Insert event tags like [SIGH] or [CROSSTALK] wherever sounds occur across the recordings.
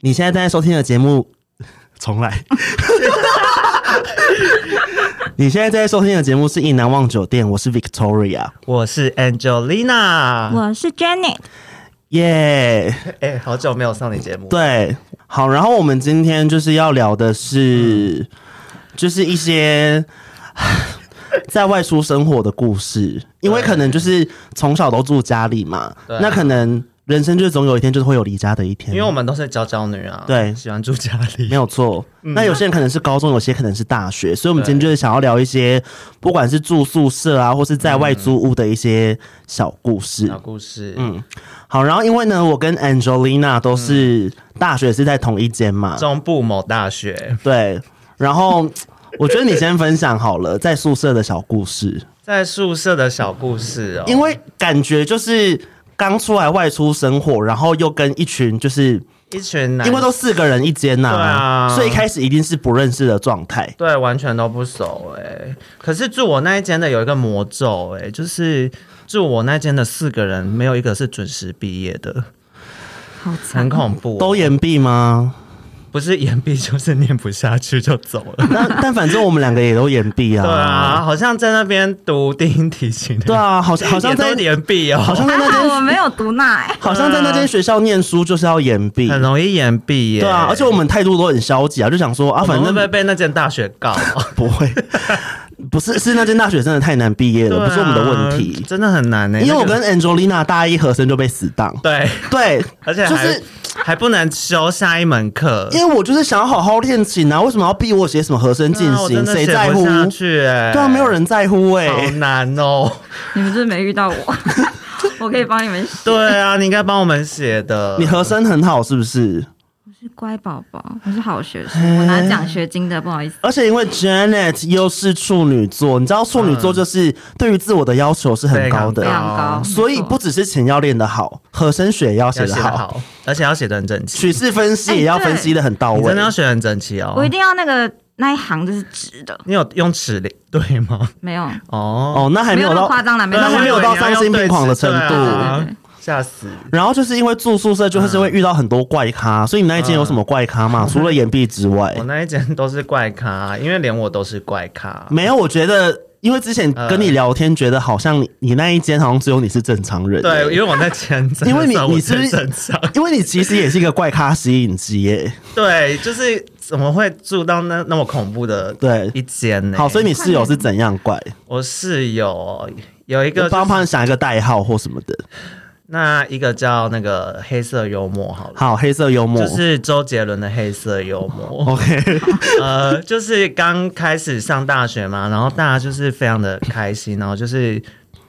你现在正在收听的节目， [LAUGHS] 重来。 [LAUGHS] 你现在正在收听的节目是《一难忘酒店》，我是 Victoria，我是啊 Angelina，我是 Janet，耶、哎、好久没有上你节目，对，好，然后我们今天就是要聊的是，就是一些 [SIGHS] 在外出生活的故事，因为对可能就是从小都住家里嘛，对那可能人生就总有一天就是会有离家的一天，因为我们都是娇娇女啊，对喜欢住家里没，有错。嗯那有些人可能是高中，有些可能是大学，所以我们今天就是想要聊一些，不管是住宿舍啊，或是在外租屋的一些小故事小。故事，嗯，好，然后因为呢，我跟 Angelina 都是大学是在同一间嘛，中部某大学，对，然后我觉得你先分享好了，在宿舍的小故事，在宿舍的小故事哦，因为感觉就是刚出来外出生活，然后又跟一群就是一群男，因为都四个人一间呐、对啊所以一开始一定是不认识的状态。对完全都不熟哎、可是住我那一间的有一个魔咒哎、就是住我那间的四个人没有一个是准时毕业的，好很惨，恐怖哦、啊都岩壁吗？不是延毕就是念不下去就走了。但 [LAUGHS] 但反正我们两个也都岩壁啊，对啊，，好像在那边读低音提琴的，对啊，好像好像在在延毕哦，好像在还那好 [LAUGHS] 间啊我没有读那、欸，好像在那间学校念书就是要岩壁，很容易延毕耶。对啊，而且我们态度都很消极啊，就想说啊，我们反会正不会被那间大学 [LAUGHS] 告啊？不会， [LAUGHS] 不是是那间大学真的太难毕业了，对啊不是我们的问题。 [LAUGHS] 真的很难呢。欸因为我那跟个 Angelina 大一合生就被死当， [LAUGHS] 对，对，而且就还呃是还不能修下一门课，因为我就是想要好好练琴啊，为什么要逼我写什么和声进对啊我行？真的谁写在不乎？下去哎，对啊，没有人在乎哎、好难哦。 [LAUGHS] 你们是不是没遇到我， [LAUGHS] 我可以帮你们写。对啊，你应该帮我们写的。 [LAUGHS] 你和声很好是不是？我是乖宝宝，我是好学嗯生，我拿奖学金的，不好意思。而且因为 Janet 又是处女座，你知道处女座就是对于自我的要求是很高的，非常高啊所以不只是琴要练得好，和声学也要写要得写的好，好，而且要写的很整齐。曲式分析也要哎对分析的很到你位。真的要写得很整齐哦。啊我一定要那个那一行就是直的，你有用尺量对吗？没有，哦，哦，那还没有那到么夸张啦，没 [LAUGHS] 对那啊那还么没有到我以为你要丧心病狂的程用对尺度对对对啊对，吓死！然后就是因为住宿舍，就是会遇到很多怪咖，所以你那一间有什么怪咖吗？除了岩壁之外我，那一间都是怪咖，因为连我都是怪咖。没有。我觉得，因为之前跟你聊天，觉得好像你你那一间好像只有你是正常人，对，因为我那间 [LAUGHS] 真的因为你算我你是不是正常？因为你其实也是一个怪咖吸引机耶。对，就是怎么会住到那那么恐怖的 [LAUGHS] 对一间呢？好，所以你室友是怎样怪？我室友有一就个、帮就是他们想一个代号或什么的。那一个叫那个黑色幽默好了。好，黑色幽默。就是周杰伦的黑色幽默， [LAUGHS] OK，呃，就是刚开始上大学嘛，然后大家就是非常的开心，然后就是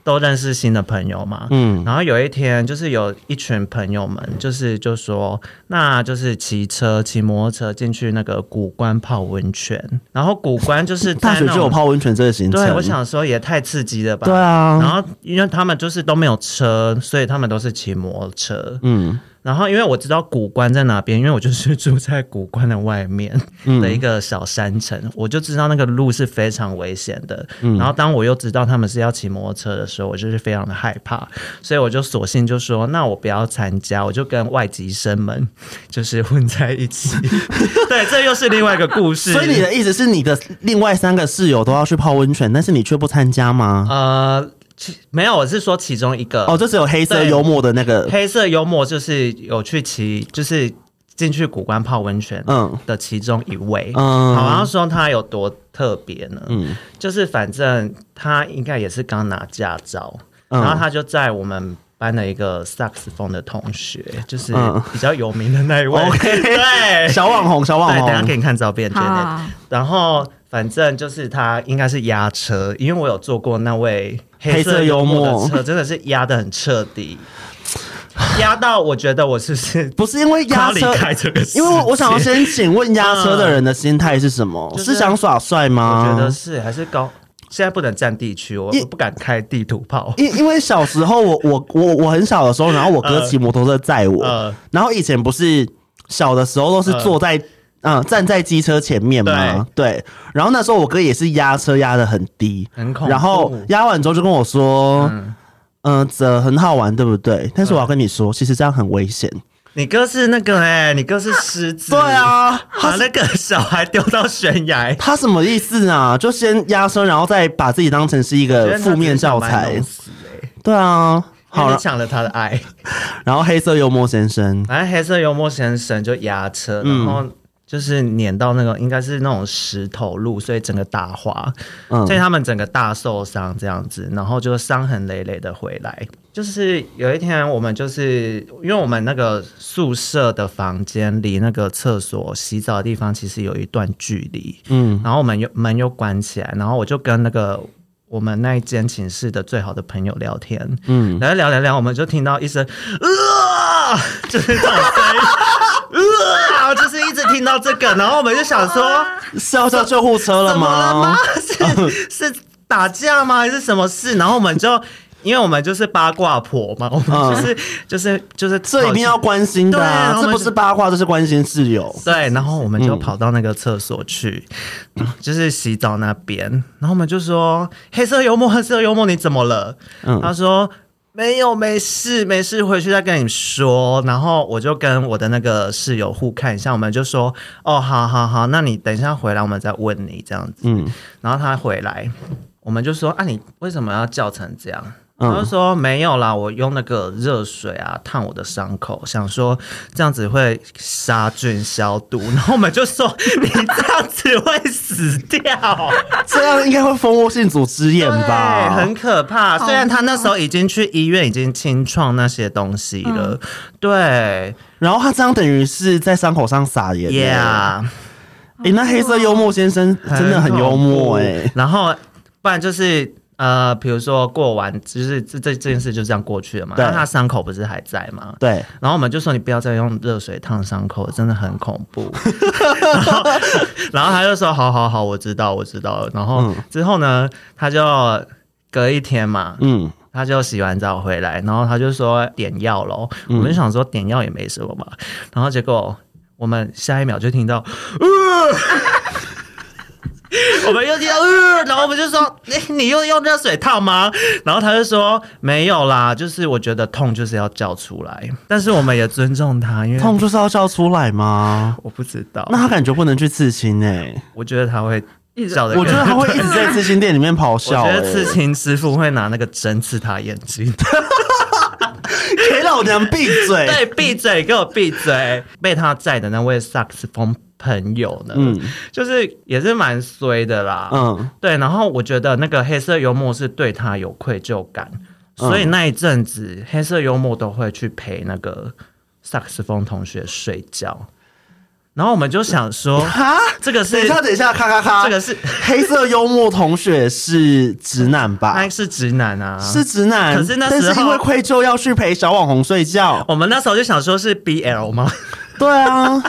都认识新的朋友嘛，嗯，然后有一天，就是有一群朋友们，就是就说，那就是骑车、骑摩托车进去那个古关泡温泉。然后古关就是在大学那就有种，泡温泉这个行程。对，我想说也太刺激了吧。对啊然后因为他们就是都没有车，所以他们都是骑摩托车。嗯然后因为我知道古关在哪边，因为我就是住在古关的外面嗯的一个小山城，我就知道那个路是非常危险的。嗯然后当我又知道他们是要骑摩托车的时候，我就是非常的害怕，所以我就索性就说，那我不要参加，我就跟外籍生们就是混在 [LAUGHS] 一起。对，这又是另外一个故事。所以你的意思是，你的另外三个室友都要去泡温泉，但是你却不参加吗？呃，其没有，我是说其中一个哦，这只有黑色呃对幽默的那个，黑色幽默就是有去骑，就是进去古关泡温泉嗯的其中一位。嗯，好，啊然后说他有多特别呢？嗯就是反正他应该也是刚拿驾照，嗯然后他就在我们。班的一个萨克斯风的同学，就是嗯比较有名的那一位。 [LAUGHS] OK [LAUGHS] 对，对，小网红，小网等一下红给，你看照片，好觉得。好好然后反正就是他应该是压车，因为我有坐过那位黑色色幽默默的车，真的是压的很彻底， [LAUGHS] 压到我觉得我是不是不是因为要压离车，开这个世界？因为我我想要先请问压车的人的心态是什么？就是是想耍帅我觉得吗？是还是高，现在不能占地区，我一我不敢开地图炮。因因为小时候我我我我很小的时候，然后我哥呃骑摩托车载我，呃，然后以前不是小的时候都是呃坐在嗯，站在机车前面嘛，对。然后那时候我哥也是压车压的很低，很恐怖。然后压完之后就跟我说，嗯，这很好玩，对不对？但是嗯我要跟你说，其实这样很危险。你哥是那个哎、你哥是狮子，对，啊，把那个小孩丢到悬崖，他什么意思啊？就先压车，然后再把自己当成是一觉得个他呃负面真的教想把你材弄。死哎对啊，因好为了你，抢了他的爱。然后黑色幽默先生，反正黑色幽默先生就压车，然后就是碾到那个应该是那种石头路，所以整个打滑，嗯所以他们整个大受伤这样子，然后就伤痕累累的回来。就是有一天我们就是因为我们那个宿舍的房间离那个厕所洗澡的地方其实有一段距离，嗯然后门又门又关起来，然后我就跟那个我们那一间寝室的最好的朋友聊天，嗯，聊一聊聊一聊，我们就听到一声啊，就是这种声音，啊，就是一直听到这个，然后我们就想说，是要叫救护车了怎么了吗吗？？是是打架吗？还是什么事？然后我们就。因为我们就是八卦婆嘛，我们就是、就是就是这一定要关心的对然啊、后我这们不是八卦，这是关心室友。对，然后我们就跑到那个厕所去，就是洗澡那边，然后我们就说：“黑色幽默，黑色幽默，你怎么了？”嗯他说：“没有，没事，没事，回去再跟你说。”然后我就跟我的那个室友互看一下，我们就说：“哦，好好好，那你等一下回来，我们再问你这样子。”嗯然后他回来，我们就说：“啊，你为什么要叫成这样？”嗯他就说：“没有啦，我用那个热水啊烫我的伤口，想说这样子会杀菌消毒。”然后我们就说：“你这样子会死掉，这样应该会蜂窝性组织炎吧？对 [LAUGHS] 很可怕。”好虽然他那时候已经去医院，已经清创那些东西了，对然后他这样等于是在伤口上撒盐。 ，Yeah。哎、那黑色幽默先生真的很幽默哎、恐怖然后不然就是呃，比如说过完，就是这这这件事就这样过去了嘛。对那他伤口不是还在吗？对，然后我们就说你不要再用热水烫伤口，真的很恐 [LAUGHS] 怖。然后然后他就说好好好，我知道我知道了。然嗯后之后呢，他就隔一天嘛，嗯，他就洗完澡回来，然后他就说点药咯，嗯我们就想说点药也没什么嘛，然后结果我们下一秒就听到， [LAUGHS] 呃、我们又听到，呃、然后我们就说，哎、你又用热水烫吗？然后他就说没有啦，就是我觉得痛就是要叫出来，但是我们也尊重他，因为痛就是要叫出来吗？我不知道，那他感觉不能去刺青哎、我觉得他会一直叫的，我觉得他会一直在刺青店里面咆哮、我觉欸。得刺青师傅会拿那个针刺他眼睛。给老娘闭嘴！对，闭嘴，给我闭嘴！被他在的那位萨克斯风朋友呢，嗯就是也是蛮衰的啦。嗯对，然后我觉得那个黑色幽默是对他有愧疚感，嗯所以那一阵子黑色幽默都会去陪那个萨克斯风同学睡觉。然后我们就想说， [LAUGHS] 哈，这个是等一下，等一下，咔咔咔，这个是黑色幽默同学是直男吧他？是直男啊，是直男，可是那时候但是因为愧疚要去陪小网红睡觉， [LAUGHS] 我们那时候就想说是 BL 吗？对啊，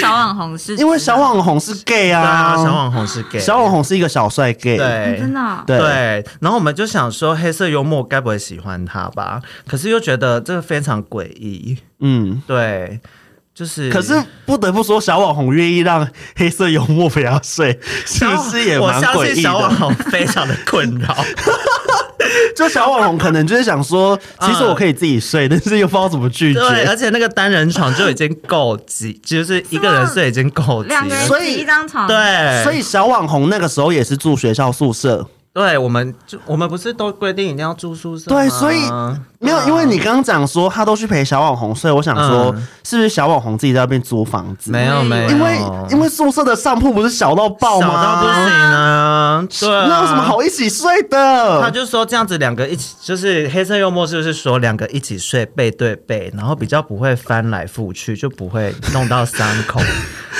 小网红是哦因为小网红是 gay [LAUGHS] 对啊，啊，小网红是 gay，小网红是一个小帅 gay，对，真的啊对对，然后我们就想说，黑色幽默该不会喜欢他吧？可是又觉得这个非常诡异，嗯。对，就是。可是不得不说，小网红愿意让黑色幽默陪他睡，是小不是也我蛮相诡信异小网的？红非常的困 [LAUGHS] 扰，就小网红可能就是想说，其实我可以自己 [LAUGHS] 睡，但是又不知道怎么拒绝。对，而且那个单人床就已经够挤，就是一个人睡已经够挤两个人了，所以挤一张床，，对，所以小网红那个时候也是住学校宿舍，对我们就我们不是都规定一定要住宿舍吗？对所以没有，因为你刚刚讲说他都去陪小网红，所以我想说，嗯是不是小网红自己在那边租房子？没有没有，因为因为宿舍的上铺不是小到爆啊小吗？到不行啊，对啊，那有什么好一起睡的？他就说这样子两个一起，就是黑色幽默，就是说两个一起睡背对背，然后比较不会翻来覆去，就不会弄到伤 [LAUGHS] 口。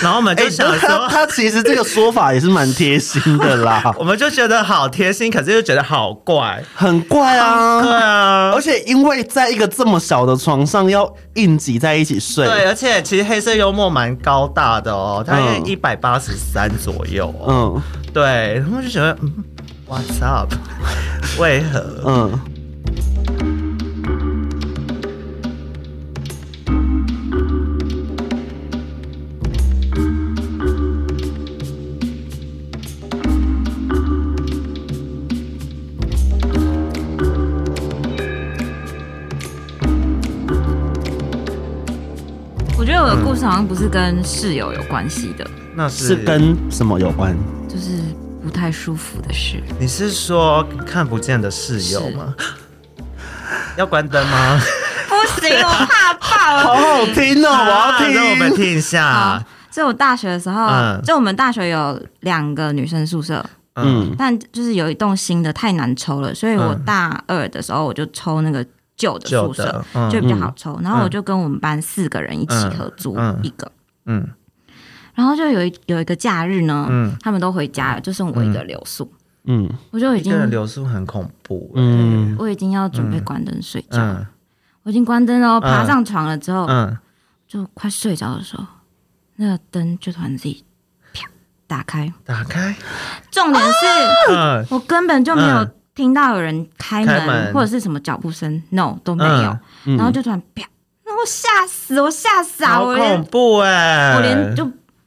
然后我们哎、就想他说，他其实这个说法也是蛮贴心的 [LAUGHS]，啦我们就觉得好贴心，可是又觉得好怪。很怪对啊。啊而，且因为在一个这么小的床上要硬挤在一起睡，对，啊而且其实黑色幽默蛮高大的哦，他嗯一百八十三左右、哦。嗯对，他们就觉得、嗯、What's up？为何？嗯。事好像不是跟室友有关系的，那是跟什么有关？就是不太舒服 [LAUGHS] 的事。你是说看不见的室友吗？要关灯吗？不行，我怕 [LAUGHS] 爆。好好听哦，我要啊让我们听。听一下好。，就我大学的时候，嗯就我们大学有两个女生宿舍，嗯，但就是有一栋新的太难抽了，所以我嗯大二的时候我就抽那个旧的宿旧舍的，，嗯就比较好抽。然后我就跟我们班四个人一起合租嗯嗯一个，嗯然后就有一有一个假日呢，嗯，他们都回家了，就剩我一个留宿，嗯我就已一经个人留宿很恐怖。嗯，我已经要准备关灯睡觉，嗯我已经关灯嗯哦，爬上床了之后，嗯，就快睡着的时候，那个灯就突然自己啪打开，打开，重点是、嗯，我根本就没有嗯听到有人开门开门或者是什么脚步声，no 都没有，嗯嗯然后就突然啪，那我吓死，我吓傻，好我连恐怖哎！我连就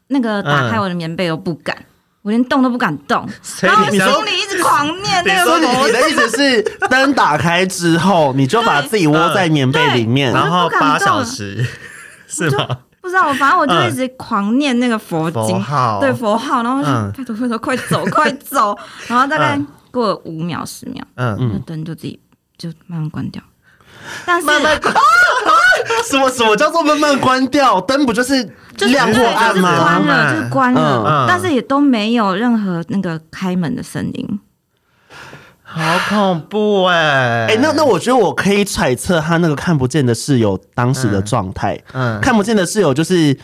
那个打开嗯我的棉被都不敢，我连动都不敢动，所以然后我你心说里一直狂念那所个以魔你的意思是，灯打开之后，你就把自己窝在棉被里面对，然后我就不敢八动啊小了时是吗？不知道我，反正我就嗯一直狂念那个佛佛经，号对佛号，然后我嗯就拜托拜托，快走快 [LAUGHS] 走，然后大概嗯过了五秒十秒，嗯，那灯就自己就慢慢关掉。但是慢慢什么什么叫做慢慢关掉？灯不就是就是亮或对暗就是吗？关了，就是关了，嗯嗯但是也都没有任何那个开门的声音。好恐怖哎！哎、那那我觉得我可以揣测他那个看不见的室友当时的状态。嗯看不见的室友就是，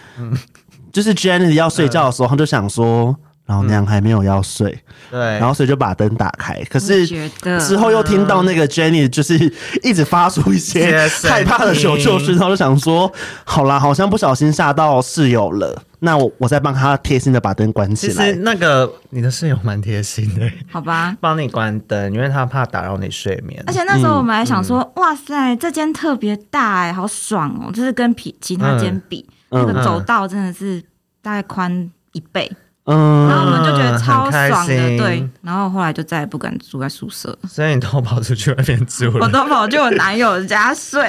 就是 Jenny 要睡觉的时候，他就想说。老娘还没有要睡，嗯对，然后所以就把灯打开。可我是觉得之后又听到那个嗯 Jenny 就是一直发出一些一些声音害怕的求救声，然后就想说，好啦，好像不小心吓到室友了，那我我再帮他贴心的把灯关起其实来。那个你的室友蛮贴心的，好吧，帮你关灯，因为他怕打扰你睡眠而。且那时候我们还想说，哇塞，这间特别大哎、好爽哦！就是跟其其他间比，嗯那嗯个走道真的是大概宽一倍，嗯，然后我们就觉得嗯很超爽开的，心对。然后后来就再也不敢住在宿舍了，所以你偷跑出去外面住我了，都跑去我男友家睡。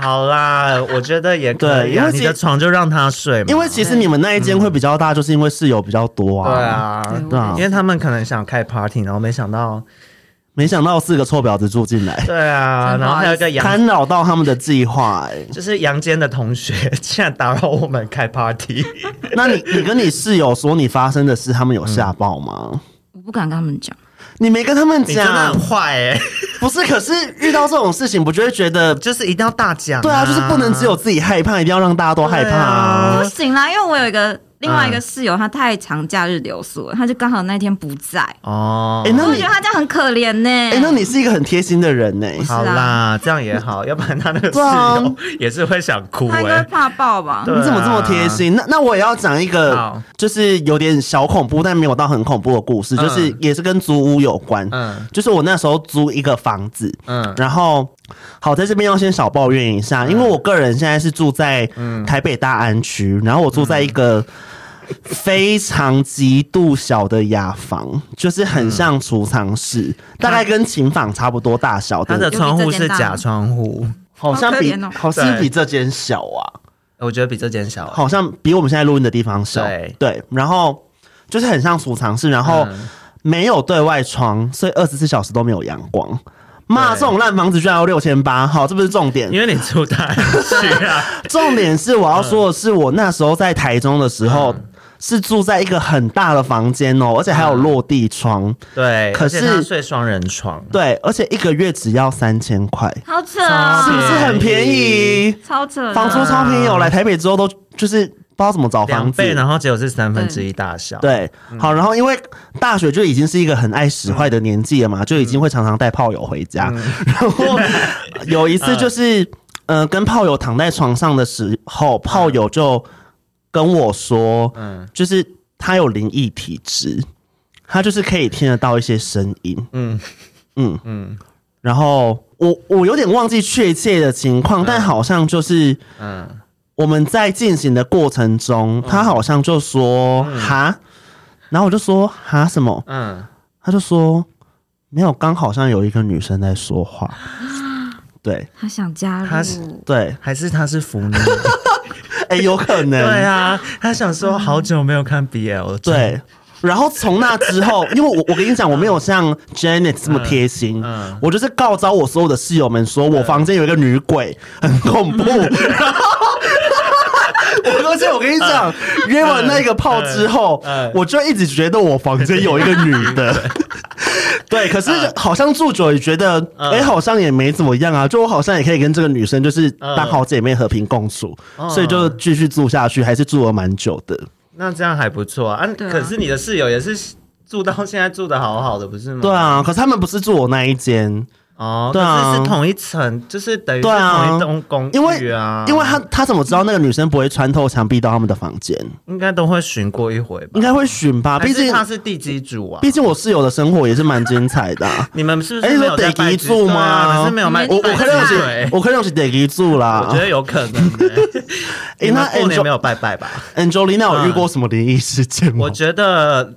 好啦，我觉得也可以对因啊。为其你的床就让他睡嘛，因为其实你们那一间会比较大，就是因为室友比较多对啊。，啊，对啊因为他们可能想开 party，然后没想到，没想到四个臭婊子住进来，对啊，真不好意思然后还有一个杨，干扰到他们的计划、欸。就是杨坚的同学， [LAUGHS] 竟然打扰我们开 party，那你你跟你室友说你发生的事，他们有吓爆吗？我不敢跟他们讲，你没跟他们 [LAUGHS] 你真的讲很，坏哎、不是？可是遇到这种事情，不就会觉得，就是一定要大讲、对啊，就是不能只有自己害怕，一定要让大家都害怕啊。不行啦，因为我有一个另外一个室友，他太长假日留宿了，他就刚好那天不在，哦。哎、那我你觉得他这样很可怜呢、哎、那你是一个很贴心的人呢、啊好是啦，这样也好， [LAUGHS] 要不然他那个室对啊友也是会想哭他应哎、该怕爆吧？对啊你怎么这么贴心？那那我也要讲一个啊好，就是有点小恐怖，但没有到很恐怖的故事，嗯就是也是跟租屋有关。嗯就是我那时候租一个房子，嗯然后好在这边要先小抱怨一下，因为我个人现在是住在台北大安区，然后我住在一个。非常极度小的雅房，就是很像储藏室，大概跟琴房差不多大小他的嗯的，窗户是假窗户，好像比好可怜哦好像对比这间小啊，我觉得比这间小。好像比我们现在录音的地方小。对然后就是很像储藏室，然后嗯没有对外窗，所以二十四小时都没有阳光。妈，对这种烂房子居然要六千八，好，这不是重点。因为你住大安区 [LAUGHS] 啊，重点是我要说的是，我那时候在台中的时候。嗯是住在一个很大的房间哦，而且还有落地窗，嗯对，可是而且他睡双人床，对，而且一个月只要三千块，好扯啊、哎是不是很便宜？超嗯扯的，房租超便宜哦，我来台北之后都就是不知道怎么找两房子倍，，然后结果是三分之一大小，，对，好，然后因为大学就已经是一个很爱使坏的年纪了嘛，就已经会常常带炮友回家。 [LAUGHS] 然后有一次就是，呃，跟炮友躺在床上的时候，炮友就跟我说，嗯就是他有灵异体质，他就是可以听得到一些声音。嗯嗯，嗯然后我我有点忘记确切的情况，但好像就是嗯，我们在进行的过程中，他好像就说哈，然后我就说哈什么，嗯，他就说没有，刚好像有一个女生在说 [LAUGHS] 话，对他想加他是入，对， [LAUGHS] 还是他是腐女，哎、有可能，对啊，嗯他想说好久没有看 BL 了，对。然后从那之后，因为我我跟你讲，我没有像 Janet 这么贴心，嗯我就是告招我所有的室友们说，我房间有一个女鬼，很恐怖。嗯然后 [LAUGHS] 我而且我跟你讲，约完那个炮之后，嗯嗯嗯我就一直觉得我房间有一个女的。 [LAUGHS] 对，可是嗯好像住久也觉得，哎、好像也没怎么样啊。就我好像也可以跟这个女生就是当好姐妹和平共处，嗯所以就继续住下去，还是住了蛮久的。那这样还不错啊。啊对啊可是你的室友也是住到现在住的好好的，不是吗？对啊，可是他们不是住我那一间，哦，对啊可是是同一层，就是等于是对啊同一栋公因为寓啊，因为他他怎么知道那个女生不会穿透墙壁到他们的房间？应该都会巡过一回吧应。该会巡吧，啊还毕是竟他是地基主啊，毕竟我室友的生活也是蛮精彩的 [LAUGHS] 啊、你们是不哎是没有说得在拜基基主吗对啊你是没有卖，我我可认识对，我可认识得一住欸我啦。觉得有可 [LAUGHS] 能欸。哎你们啊那过年 Angel- 没有拜拜吧？ Angelina 有遇过什么灵异事件吗我？觉得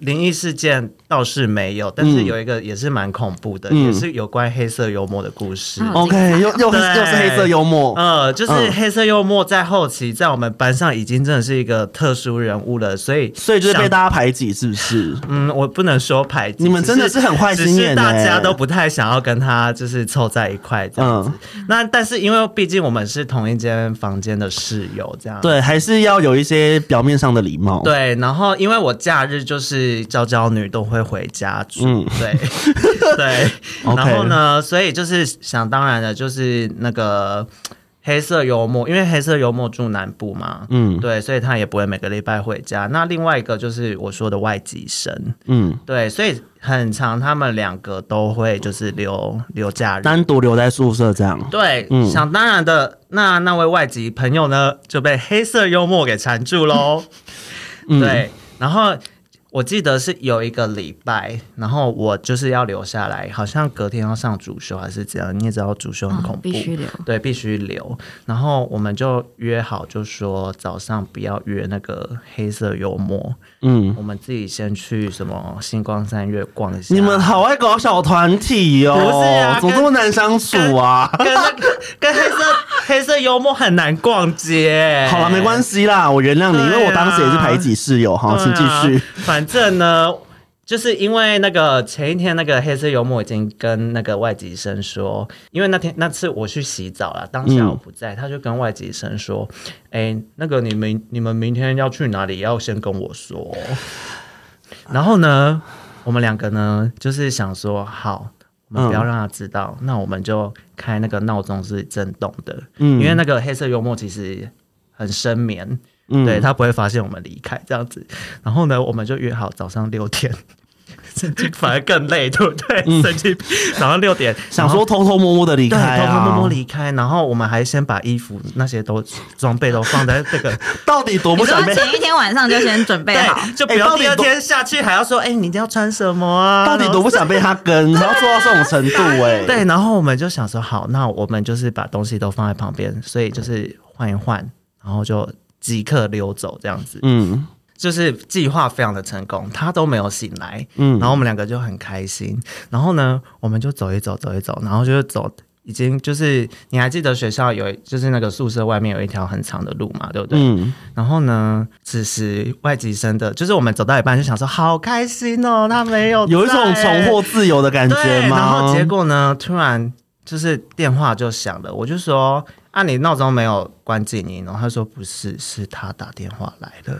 灵异事件倒是没有，但是有一个也是蛮恐怖的，嗯也是有关黑色幽默的故事。嗯 [LAUGHS] OK，又又是对又是黑色幽默，呃，就是嗯黑色幽默在后期在我们班上已经真的是一个特殊人物了，所以所以就是被想大家排挤，是不是？嗯，我不能说排挤，你们真的只是很坏心只眼是大欸家都不太想要跟他就是凑在一块这样子。嗯那但是因为毕竟我们是同一间房间的室友，这样。对，还是要有一些表面上的礼貌。对，然后因为我假日就是娇娇女都会回家住，嗯 [LAUGHS] 对对， OK 然后呢，所以就是想当然的，就是那个黑色幽默，因为黑色幽默住南部嘛，嗯对，所以他也不会每个礼拜回家。那另外一个就是我说的外籍生，嗯，对，所以很长，他们两个都会就是留留假日。单独留在宿舍这样。对，嗯想当然的，那那位外籍朋友呢就被黑色幽默给缠住喽。嗯对，然后我记得是有一个礼拜，然后我就是要留下来，好像隔天要上主修还是怎样，你也知道主修很哦恐怖，必须留对，必须留。然后我们就约好，就说早上不要约那个黑色幽默，嗯，我们自己先去什么星光三月逛一下。你们好爱搞小团体哦，不是啊怎么这么难相处啊？ [LAUGHS] 跟那个跟黑色黑色幽默很难逛街。好了，没关系，系啦，我原谅你，哎对啊啊因为我当时也是排挤室友哈，请继续。反正呢，就是因为那个前一天那个黑色幽默已经跟那个外籍生说，因为那天那次我去洗澡了，当下我不在，他就跟外籍 [LAUGHS] 生说：“哎、那个你们你们明天要去哪里，要先跟我说哦。”然后呢，我们两个呢，就是想说好。我们不嗯要让他知道，那我们就开那个闹钟是震动的，嗯因为那个黑色幽默其实很深眠，嗯对他不会发现我们离开这样子。然后呢，我们就约好早上六点，神经反而更累，对不对？神经病早上六点，想说偷偷摸摸的离然开后。对，偷偷啊，摸摸离开，然后我们还先把衣服那些都装备都放在这个，到底多不你说想被？前一天晚上就先准备好，哎对，就不要第二天下去还要说，哎、你一定要穿什么 [LAUGHS] 啊？到底多不想被他 [LAUGHS] 跟？然后做到这种程度哎、对，然后我们就想说，好，那我们就是把东西都放在旁边，所以就是换一换，然后就即刻溜走这样子。嗯就是计划非常的成功，他都没有醒来，嗯嗯，然后我们两个就很开心，然后呢，我们就走一走，走一走，然后就是走，已经就是你还记得学校有就是那个宿舍外面有一条很长的路嘛，对不对？嗯，然后呢，此时外籍生的，就是我们走到一半就想说好开心哦，他没有有一在种重获自由的感觉对，然吗？后结果呢，突然就是电话就响了，我就说啊，你闹钟没有关静音哦，然后他说不是，是他打电话来的，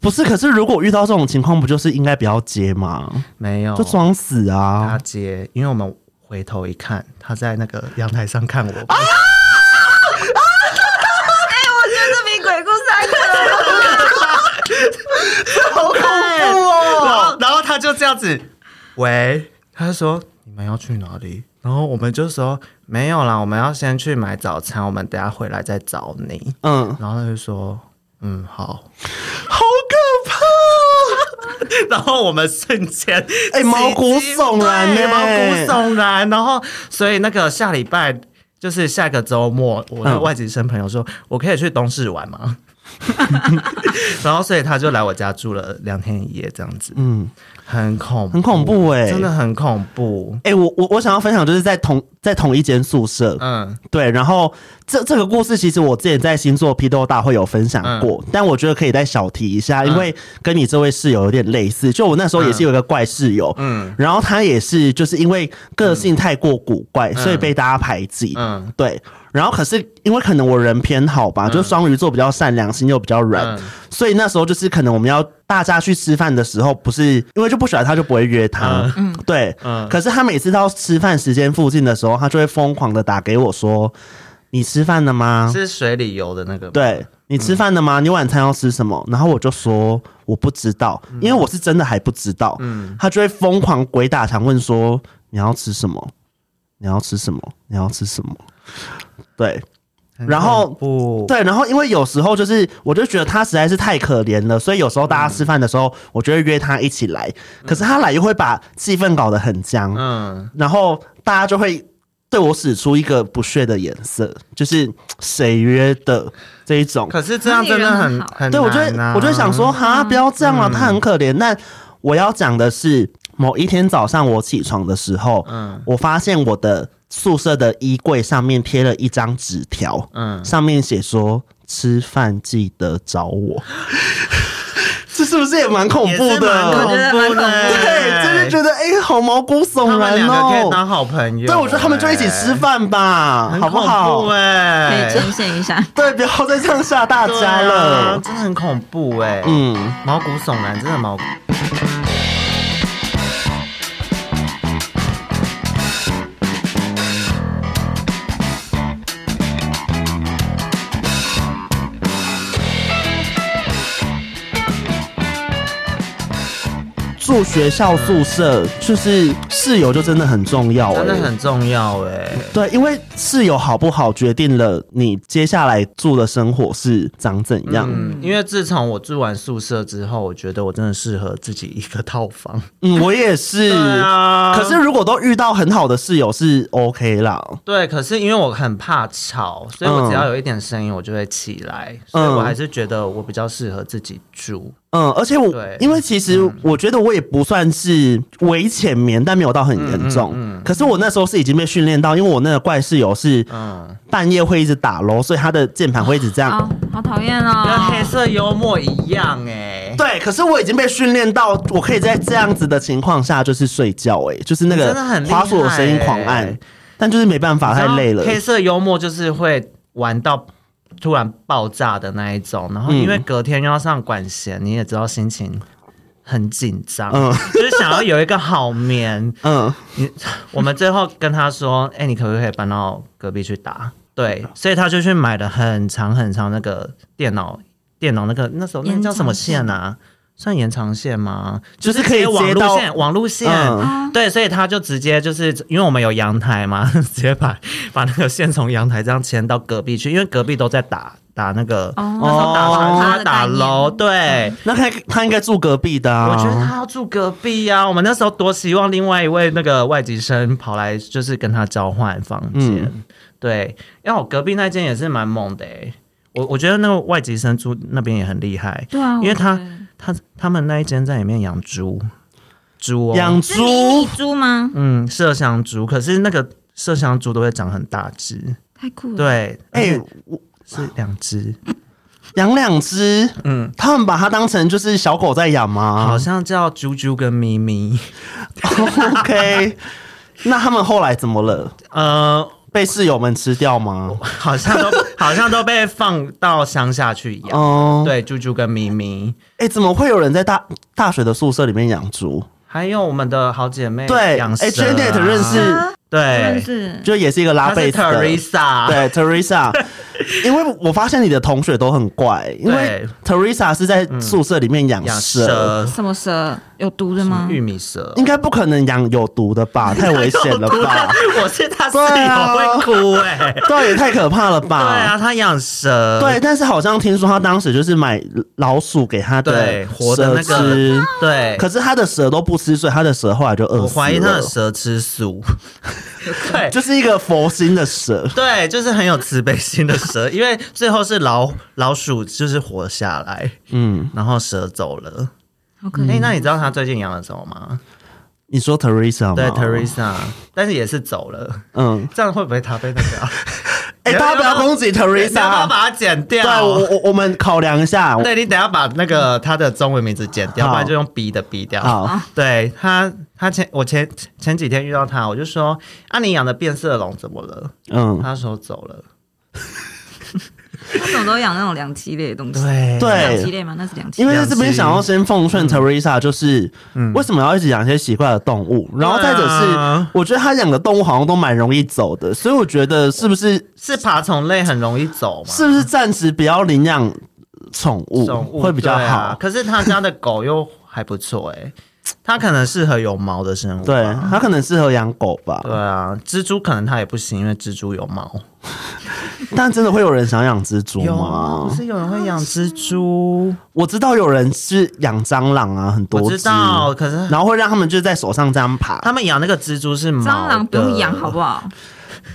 不是，可是如果遇到这种情况，不就是应该不要接吗？没有，就装死他啊！接，因为我们回头一看，他在那个阳台上看我。我觉得这比鬼故事还可怕。好恐怖然哦！后，然后他就这样子，喂，他就说你们要去哪里？然后我们就说没有啦，我们要先去买早餐，我们等下回来再找你。嗯，然后他就说，嗯，好。好可怕哦！然后我们瞬间，哎毛骨悚然欸对呢毛骨悚然。然后，所以那个下礼拜。就是下个周末，我的嗯外籍生朋友说，我可以去东市玩吗？ [LAUGHS] 然后，所以他就来我家住了两天一夜，这样子，嗯，很恐怖，很恐怖哎、真的很恐怖。哎、我我我想要分享，就是在同在同一间宿舍，嗯对，然后这这个故事其实我之前在星座批斗大会有分享嗯过，但我觉得可以再小提一下，因为跟你这位室友有点类似。就我那时候也是有一个怪室友，嗯，然后他也是就是因为个性太过古怪，所以被大家排挤，嗯嗯，对。然后可是因为可能我人偏好吧，就双鱼座比较善良，心又比较软，嗯所以那时候就是可能我们要大家去吃饭的时候，不是因为就不喜欢他就不会约他，嗯，对，嗯可是他每次到吃饭时间附近的时候，他就会疯狂的打给我说：“你吃饭了吗？是嗯水里游的那个吗，对你吃饭了吗？你晚餐要吃什么？”然后我就说我不知道，嗯因为我是真的还不知道。他就会疯狂鬼打墙问说：“你要吃什么？你要吃什么？你要吃什么？”对，然后不，对，然后因为有时候就是，我就觉得他实在是太可怜了，所以有时候大家吃饭的时候，我就会约他一起来。可是他来又会把气氛搞得很僵，嗯，然后大家就会对我使出一个不屑的眼色，就是谁约的这一种。可是这样真的那你很人很好很对我就会难啊我就会想说，哈，不要这样啊了，他很可怜。但我要讲的是，某一天早上我起床的时候，嗯我发现我的宿舍的衣柜上面贴了一张纸条，嗯，上面写说吃饭记得找 [LAUGHS] 我。这是不是也蛮恐怖也是蛮我的？恐觉得怖蛮恐怖的，的对，就是觉得哎、好毛骨他悚们然两个可哦、以当好朋友，对，我觉得他们就一起吃饭吧，哎，好不好？可哎以，呈现一下。对，不要再这样吓大对家了。啊真的很恐怖哎，嗯，毛骨悚然，真的毛骨。住学校宿舍就是室友就真的很重要、欸，真的很重要哎、对，因为室友好不好决定了你接下来住的生活是长怎样。嗯，嗯，因为自从我住完宿舍之后，我觉得我真的适合自己一个套 [LAUGHS] 房。嗯我也是。啊可是如果都遇到很好的室友是 OK 啦，对，可是因为我很怕吵，所以我只要有一点声音，我就会起来。所以我还是觉得我比较适合自己住。嗯，而且我对嗯因为其实我觉得我也不算是微浅眠，但没有到很严重。嗯可是我那时候是已经被训练到，因为我那个怪室友是嗯，半夜会一直打喽，所以他的键盘会一直这样。哦，好讨厌跟黑哦！色幽默一样哎、对，可是我已经被训练到，我可以在这样子的情况下就是睡觉、欸，就是那你个真的很厉害滑索的声音狂按，欸但就是没办法，啊太累了然后。黑色幽默就是会玩到突然爆炸的那一种，然后因为隔天又要上管弦，你也知道心情很紧张，嗯就是想要有一个 [LAUGHS] 好眠。嗯，你我们最后跟他说，哎、你可不可以搬到隔壁去打？对，嗯所以他就去买了很长很长那个电脑，电脑那个那时候那延叫什么长线线啊？算延长线吗？就是可以网接路到线，网路线。嗯啊，对，所以他就直接就是因为我们有阳台嘛， [LAUGHS] 直接把把那个线从阳台这样牵到隔壁去，因为隔壁都在打打那个，哦，打哦他他的打概念楼，对。那他他应该住隔壁的啊。我觉得他要住隔壁啊！我们那时候多希望另外一位那个外籍生跑来，就是跟他交换房间。对，因为我隔壁那间也是蛮猛的、欸，我我觉得那个外籍生住那边也很厉害，对啊，因为他我觉得他他们那一间在里面养猪，猪哦，养是迷猪你猪吗？嗯，麝香猪，可是那个麝香猪都会长很大只，太酷了！，对，哎哎，是两只，养两只，嗯，他们把它当成就是小狗在养好吗像叫猪猪跟 [LAUGHS] 咪咪， ？OK，那他们后来怎么了？呃，被室友们吃掉吗？ [LAUGHS] 好 [LAUGHS] 像都好像都被放到乡下去养。哦，对，猪猪跟咪咪，哎、怎么会有人在大大学的宿舍里面养猪？还有我们的好姐妹对养蛇、啊，哎 Janet 认识啊，真对，是就也是一个拉她贝是斯的。 Teresa，，对 Teresa，因 [LAUGHS] 为我发现你的同学都很怪，因为 Teresa 是在宿舍里面养嗯养蛇，蛇，什么蛇？有毒的吗？玉米蛇，应该不可能养有毒的 [LAUGHS] 吧？太危险了吧？我是她室对啊友会哭哎、对，也太可怕了对啊，吧？她养蛇，对，但是好像听说他当时就是买老鼠给他对的活的蛇那个吃，对，可是他的蛇都不吃，所以他的蛇后来就饿我死怀疑他的了。蛇吃素，对，就是一个佛心的蛇，对，就是很有慈悲心的蛇，因为最后是老老鼠就是活下来，嗯，然后蛇走了。好可哎、怜。那你知道他最近养了什么吗？你说 Teresa 吗？对，Teresa，但是也是走了。嗯， [LAUGHS] 这样会不会他被那个啊、哎、哎，大家不要攻击你要不要 Teresa。啊把它剪掉？对，我我我们考量一下。对你等一下把那个他的中文名字剪掉，好不然就用 B 的 B 掉。好，对他，他前我前前几天遇到他，我就说：“啊，你养的变色龙怎么了？”嗯，他说走了。他怎么都养那种两栖类的东西？对对两栖类吗？那是两栖因类。为在这边想要先奉嗯劝 Teresa，就是为什么要一直养一些奇怪的动物？然后再者对是啊，我觉得他养的动物好像都蛮容易走的，所以我觉得是不是是爬虫类很容易走嘛？是不是暂时不要领养宠宠物物会比较对啊好？可是他家的狗又还不错哎、它可能适合有毛的啊生物吧。对，他可能适合养狗吧，对啊，蜘蛛可能它也不行，因为蜘蛛有毛。但真的会有人想养蜘蛛有啊，不吗？是有人会养蜘蛛？我知道有人是养蟑螂啊，很多我只知道，可是然后会让他们就在手上这样爬。他们养那个蜘蛛是毛的蟑螂不用养好不好？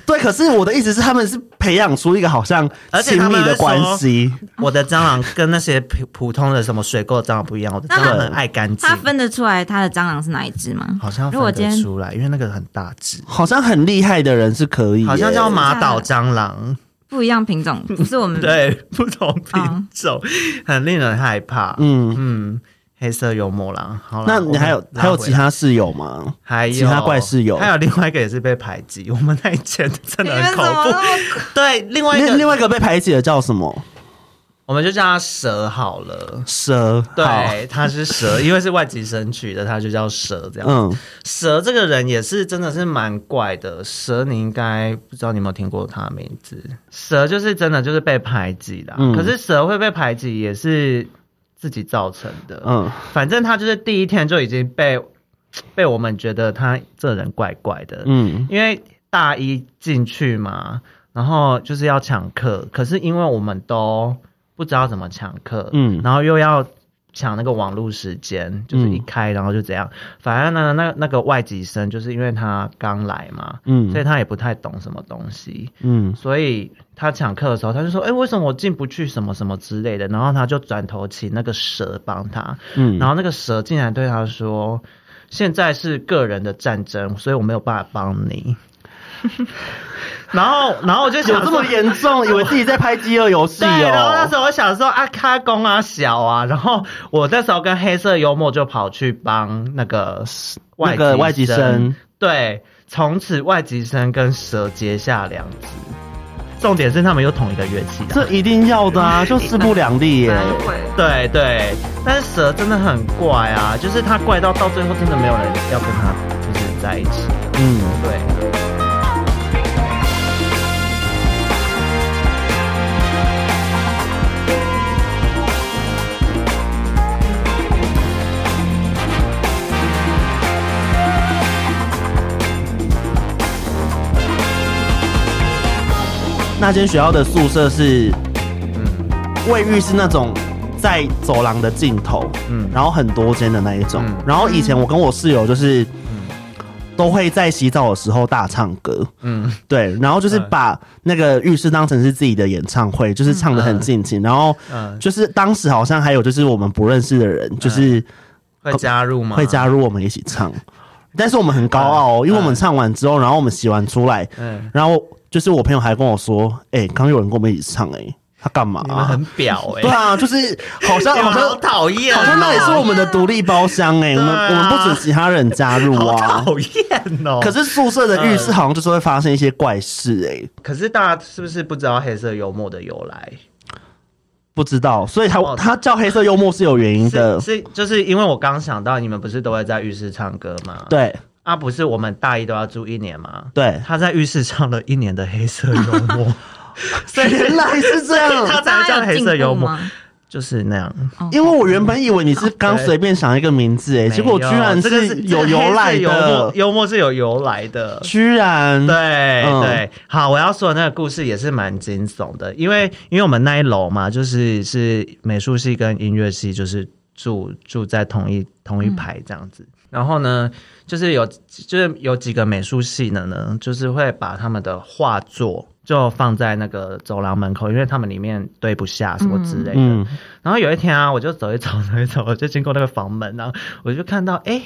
对，可是我的意思是，他们是培养出一个好像而且亲他密们的会关说系。我的蟑螂跟那些普普通的什么水垢蟑螂不一样，我的蟑螂很爱干净它。分得出来它的蟑螂是哪一 [LAUGHS] 只吗？好像如果分今得天出来，因为那个很大只，好像很厉害的人是可以耶、好像叫马岛真蟑螂，不一样品种，不是嗯我们对，不同品种，很令人害怕。啊嗯。嗯，黑色幽默啦，好啦那你还有我们拉还有回其来他室友吗？还有其他怪室友还有另外一个也是被排挤，我们那一间 [LAUGHS] 真你 [LAUGHS] 的们很怎恐么怖。那么对，另外一另个另外一个被排挤的叫什么？我们就叫它蛇好了。蛇。好，对，它是蛇，因为是外籍生取的，它就叫蛇这样。嗯，蛇这个人也是真的是蛮怪的，蛇你应该不知道你有没有听过他的名字。蛇就是真的就是被排挤的啊、嗯可是蛇会被排挤也是自己造成的。嗯，反正他就是第一天就已经被被我们觉得他这人怪怪的，嗯，因为大一进去嘛，然后就是要抢课，可是因为我们都不知道怎么抢课，嗯然后又要抢那个网络时间，就是一嗯开然后就这样，反正呢，那那个外籍生就是因为他刚来嘛，嗯所以他也不太懂什么东西，嗯，所以他抢课的时候，他就说：“哎、为什么我进不去？什么什么之类的。”然后他就转头请那个蛇帮他，嗯然后那个蛇竟然对他说：“现在是个人的战争，所以我没有办法帮你。” [LAUGHS] 然后，然后我就有想这说么严重，以为自己在拍饥饿游戏对，然后那哦时。候我想说啊，开工啊，小啊，然后我那时候跟黑色幽默就跑去帮那个那个外籍生，对，从此外籍生跟蛇结下梁子。重点是他们有同一个乐器的，这一定要的啊，就势不两立耶、反悔？对对，但是蛇真的很怪啊，就是它怪到到最后真的没有人要跟它就是在一起，嗯，对。那间学校的宿舍是嗯卫浴是那种在走廊的尽头，嗯嗯，然后很多间的那一种。嗯然后以前我跟我室友就是、都会在洗澡的时候大唱歌，嗯，对，然后就是嗯把那个浴室当成是自己的演唱会，就是唱的很尽情。然后嗯就是当时好像还有就是我们不认识的人，嗯就是会加入吗？会加入我们一起唱，但是我们很高傲哦，因为我们唱完之后，然后我们洗完出来，嗯，然后就是我朋友还跟我说，哎，刚有人跟我们一起唱，哎，他干嘛你们啊？很表哎、对啊，就是好像你好们好像讨厌哦，好像那也是我们的独立包厢哎、我们、对我们啊不准其他人加入啊好。讨厌哦。可是宿舍的浴室好像就是会发生一些怪事哎、可是大家是不是不知道黑色幽默的由来？不知道，所以他哦他叫黑色幽默是有原因是的，是，就是因为我刚想到，你们不是都会在浴室唱歌吗？对啊，不是我们大一都要住一年吗？对，他在浴室唱了一年的黑色幽 [LAUGHS] 默，所以原来是这他样，才大家叫有黑进色幽步默，吗？就是那样。因为我原本以为你是刚对随便想一个名字哎、没结果居然有 [LAUGHS] 这个是有由来这个黑色幽默的，幽默是有由来的。居然对、嗯对，好，我要说的那个故事也是蛮惊悚的，因为因为我们那一楼嘛，就是是美术系跟音乐系，就是住住在同一同一排这样嗯子。然后呢，就是有就是有几个美术系的呢，就是会把他们的画作就放在那个走廊门口，因为他们里面堆不下什么之类的。嗯然后有一天啊，我就走一走走一走，我就经过那个房门，然后我就看到，哎、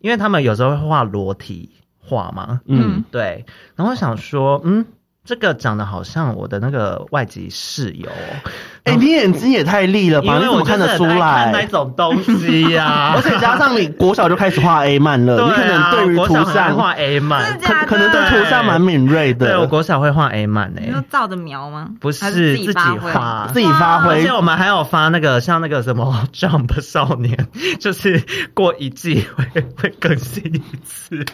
因为他们有时候会画裸体画嘛，嗯对，然后我想说，嗯，这个长得好像我的那个外籍室友哦，哎、你眼睛也太利了吧？因你为怎我么就是看得出很爱看来 [LAUGHS] 那？种东西呀、而且加上你国小就开始画 A 漫了，对你可能啊，对于我图国小很爱像，画 A 漫真的，假可可能对图像蛮敏锐对我的，国小会画 A 漫欸诶、你就照着描吗？不还是自己自己发挥画自己发而挥且。我们还有发那个像那个什么 [LAUGHS] Jump 少年，就是过一季会会更新一次，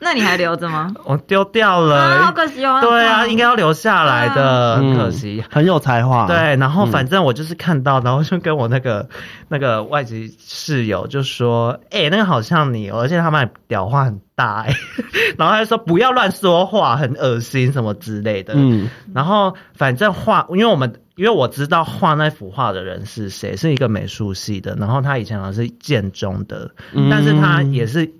那你还留 [LAUGHS] 着吗？我丢掉了。啊，好可惜哦。对啊，应该要留下来的，很嗯可惜。很有才华。对，，然后反正我就是看到，然后就跟我那个 [LAUGHS] 那个外籍室友就说：“哎、那个好像你哦，而且他们还屌话很大哎、 [LAUGHS] 然后他就说不要乱说话，很恶心什么之类的。嗯，然后反正画，因为我们因为我知道画那幅画的人是谁，是一个美术系的，然后他以前好像是建中的，但是他也是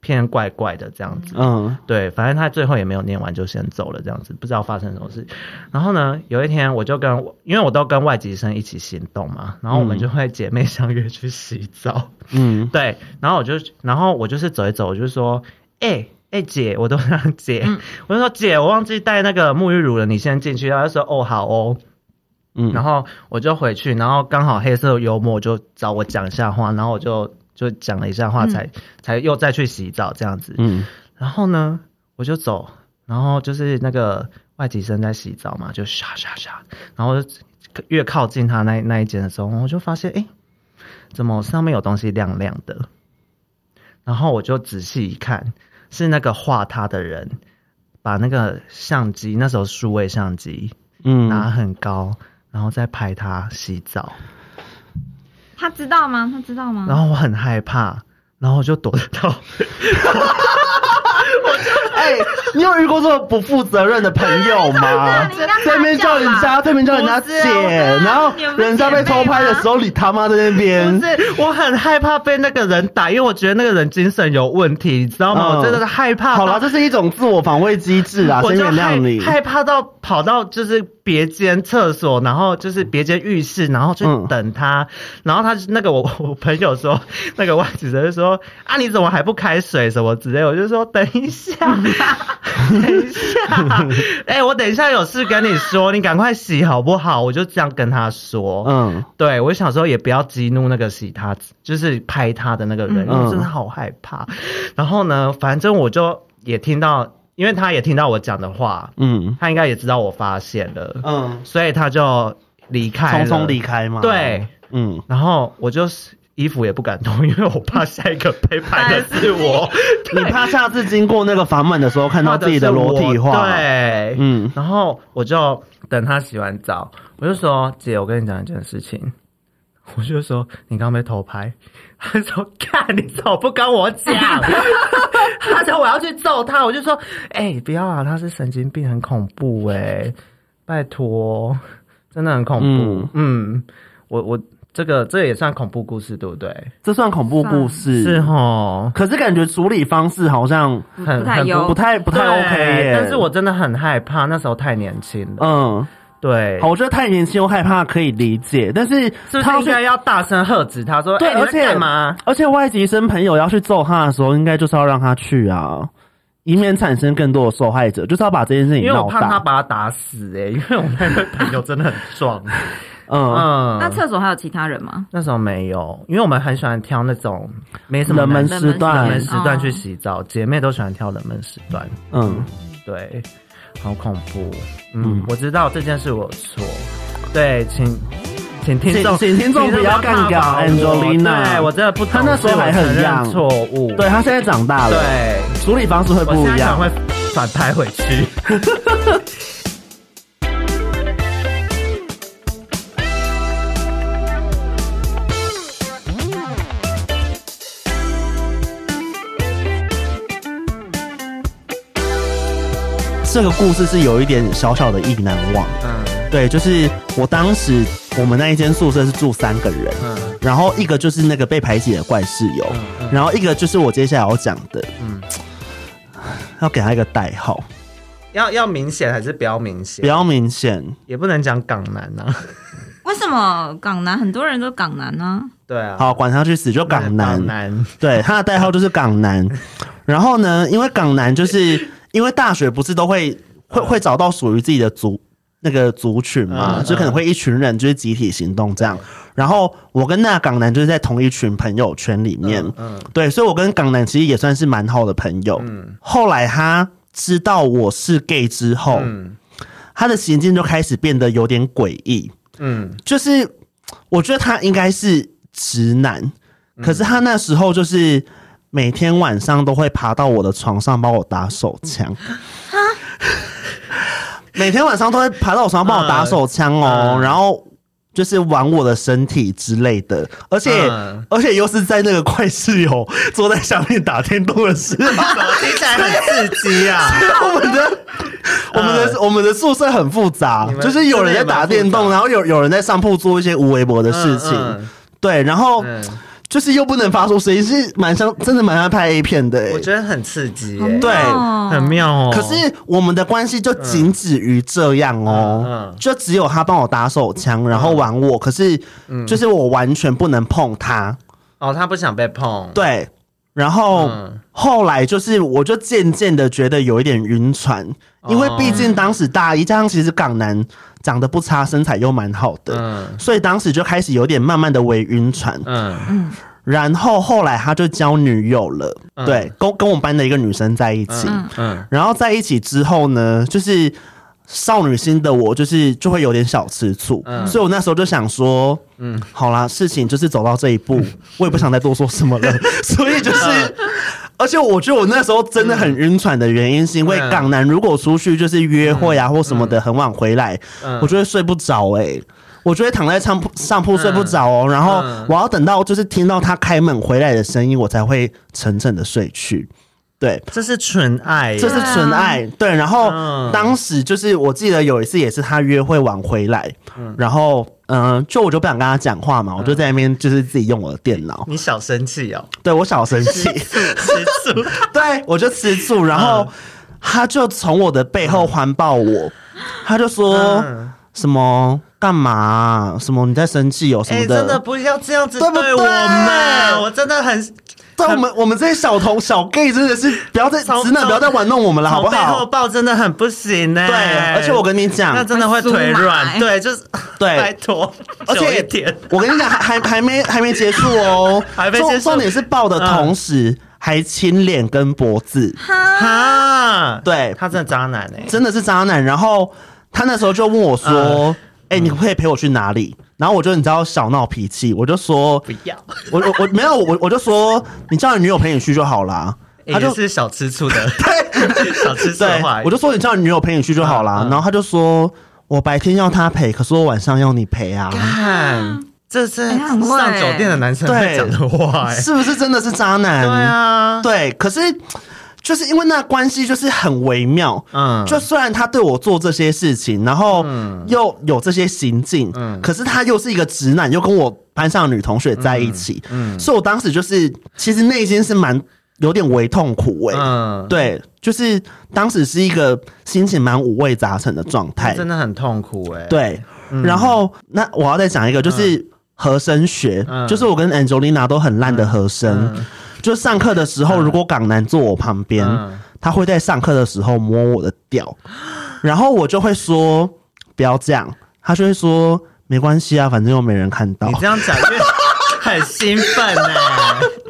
偏怪怪的这样子。嗯，对，反正他最后也没有念完就先走了，这样子不知道发生什么事。然后呢，有一天我就跟我，因为我都跟外籍生一起行动嘛，然后我们就会姐妹相约去洗澡。嗯，对，然后我就，然后我就是走一走，我就说，哎、哎、姐，我都让姐，嗯我就说姐，我忘记带那个沐浴乳了，你先进去。然后她就说哦好哦，嗯，然后我就回去，然后刚好黑色幽默就找我讲一下话，然后我就就讲了一下话才，才、又再去洗澡这样子。嗯，然后呢，我就走，然后就是那个外籍生在洗澡嘛，就刷刷刷，然后我就越靠近他那那一间的时候，我就发现哎，诶怎么上面有东西亮亮的？然后我就仔细一看，是那个画他的人把那个相机，那时候数位相机拿嗯，很高，然后再拍他洗澡。他知道吗？他知道吗？然后我很害怕，然后我就躲到 [LAUGHS] 哎，你有遇过这种不负责任的朋友吗 [LAUGHS] 对对对对？这边叫人家，这边叫人家姐不是我跟，他然后你们不是人家被偷拍的时候，你他妈在那边不，是，我很害怕被那个人打，因为我觉得那个人精神有问题，你知道吗？嗯我真的是害怕好到。啦，这是一种自我防卫机制啊，我先就原谅害你。害怕到跑到就是别间厕所，然后就是别间浴室，然后去嗯等他。然后他那个我我朋友说，那个外籍人就说啊，你怎么还不开水什么之类的？我就说等 [LAUGHS] 一下，等一下，哎、我等一下有事跟你说，你赶快洗好不好？我就这样跟他说，嗯，对，我小时候也不要激怒那个洗他，就是拍他的那个人，嗯因为真的好害怕。然后呢，反正我就也听到，因为他也听到我讲的话，嗯他应该也知道我发现了，嗯，所以他就离开匆了，匆离。开嘛。对，嗯，然后我就是衣服也不敢动，因为我怕下一个被拍的是我，你怕下次经过那个房门的时候 [LAUGHS] 看到自己的裸体画画？的是我，对，嗯然后我就等他洗完澡，我就说：“姐，我跟你讲一件事情。”我就说：“你刚刚被偷拍。”他说：“看，你怎么不跟我讲？” [LAUGHS] 他说：“我要去揍他。”我就说：“哎、不要啊，他是神经病，很恐怖哎、拜托，真的很恐怖。嗯”我我这个这个也算恐怖故事，对不对？这算恐怖故事。是吼，可是感觉处理方式好像很不太很有不太不不太 OK 耶。但是我真的很害怕，那时候太年轻了。嗯，对好，，我觉得太年轻又害怕可以理解，但是是不他是要应去该要大声喝止他说？对哎你而在且干嘛？而且外籍生朋友要去揍他的时候，应该就是要让他去啊，以免产生更多的受害者，就是要把这件事因情为我闹怕他大。把他打死哎、 [LAUGHS] 因为我那位朋友真的很壮。 [LAUGHS] 嗯，嗯，那厕所还有其他人吗？那时候没有，因为我们很喜欢挑那种没什么冷门男时冷段门，时段去哦洗澡，姐妹都喜欢挑冷门时段。嗯，对，好恐怖。嗯，我知道这件事我错。对，请请听众，请请听众不要干掉骂我 Angelina 对我真的不懂，她那时候还很所以我承认 young 错误。对他现在长大了，对。处理方式会我不现在一想样。会反拍回去。这个故事是有一点小小的意难忘。嗯对，就是我当时我们那一间宿舍是住三个人，嗯然后一个就是那个被排挤的怪室友，然后一个就是我接下来要讲的，嗯，要给他一个代号，要要明显还是不要明显？比较明显。也不能讲港男啊。为什么港男很多人都港男呢？ [LAUGHS] 对啊，好，管他去死，就港男港。男，对，他的代号就是港男。然后呢，因为港男就是因为大学不是都会会会找到属于自己的族那个族群嘛，嗯就可能会一群人就是集体行动这样。然后我跟那港男就是在同一群朋友圈里面，嗯对，所以我跟港男其实也算是蛮好的朋友。后来他知道我是 gay 之后，嗯他的行径就开始变得有点诡异。嗯，就是我觉得他应该是直男，嗯可是他那时候就是每天晚上都会爬到我的床上帮我打手枪。每天晚上都会爬到我床上帮我打手枪哦，嗯然后就是玩我的身体之类的，而且、嗯而且又是在那个快室友 [LAUGHS] 坐在下面打电动的时 [LAUGHS] 候，听起来很刺激啊！我们的、我们的、我们的宿舍很复杂嗯你，们就是有人在打电真的也蛮动，复杂然后有有人在上铺做一些无微博的事情，嗯对，然后嗯就是又不能发出声音，是蛮像，真的蛮像拍 A 片的、欸我。觉得很刺激耶、哦对很妙哦。可是我们的关系就仅止于这样哦，嗯嗯就只有他帮我打手枪，然后玩我，可是嗯就是我完全不能碰他，哦，他不想被碰。，对，然后。嗯后来就是，我就渐渐的觉得有一点晕船，哦因为毕竟当时大一，加上其实港男长得不差，身材又蛮好的，嗯所以当时就开始有点慢慢的微晕船。嗯然后后来他就交女友了，嗯对，跟跟我们班的一个女生在一起。嗯嗯然后在一起之后呢，就是少女心的我，就是就会有点小吃醋，嗯所以我那时候就想说，嗯，好啦，事情就是走到这一步，嗯我也不想再多说什么 [LAUGHS] 了，所以就是。而且我觉得我那时候真的很晕船的原因，是因为嗯港男如果出去就是约会啊或什么的，很晚回来，嗯我就会睡不着哎、我就会躺在上铺上铺睡不着哦，然后嗯我要等到就是听到他开门回来的声音，我才会沉沉的睡去。对，这是纯爱耶，这是纯爱，对。然后啊嗯当时就是我记得有一次也是他约会晚回来，然后嗯、呃就我就不想跟他讲话嘛，我嗯就在那边就是自己用我的电脑，你小生气 [LAUGHS] 哦，对我小生气，吃醋。嗯对我就吃醋，然后他就从我的背后环抱我，他就说嗯什么干嘛啊、什么你在生气哦有什哎、么真的的？不要这样子对不对对我们，我真的很对我们我们这些小童小 gay 真的是不要再从直男不要再玩弄我们了，好不从背后好？抱真的很不行呢、对，而且我跟你讲，那真的会腿会酥麻软，哎对，就是对拜托，而久一且点，我跟你讲，还还还没还没结束哦， [LAUGHS] 还没重结束嗯重点是抱的同时、还亲脸跟脖子，哈，哈，对他啊真的渣男哎、真的是渣男。然后他那时候就问我嗯说：“哎、你可不可以陪我去哪里？”然后我就你知道小闹脾气，我就说 [LAUGHS] 不 [LAUGHS] 要，：“我我我没有我我就说你叫你女友陪你去就好 [LAUGHS] 啦。”欸也他就就是小吃醋 [LAUGHS] 的，小吃醋的对话，，我就说你叫你女友陪你去就好啦。嗯嗯然后他就说：“我白天要她陪，可是我晚上要你陪啊。”看，这是哎他很会上酒店的男生对会讲的话哎、是不是真的是渣男？对啊，对，可是就是因为那关系就是很微妙。嗯，就虽然他对我做这些事情，然后又有这些行径，嗯可是他又是一个直男，又跟我班上的女同学在一起，嗯所以我当时就是其实内心是蛮有点微痛苦哎、嗯，对，就是当时是一个心情蛮五味杂陈的状态，真的很痛苦哎、，对，然后那我要再讲一个，就是和声学，嗯就是我跟 Angelina 都很烂的和声，就上课的时候，如果港男坐我旁边，嗯他会在上课的时候摸我的屌，然后我就会说不要这样，他就会说没关系啊，反正又没人看到你。这样 [LAUGHS] 讲就很兴奋哎、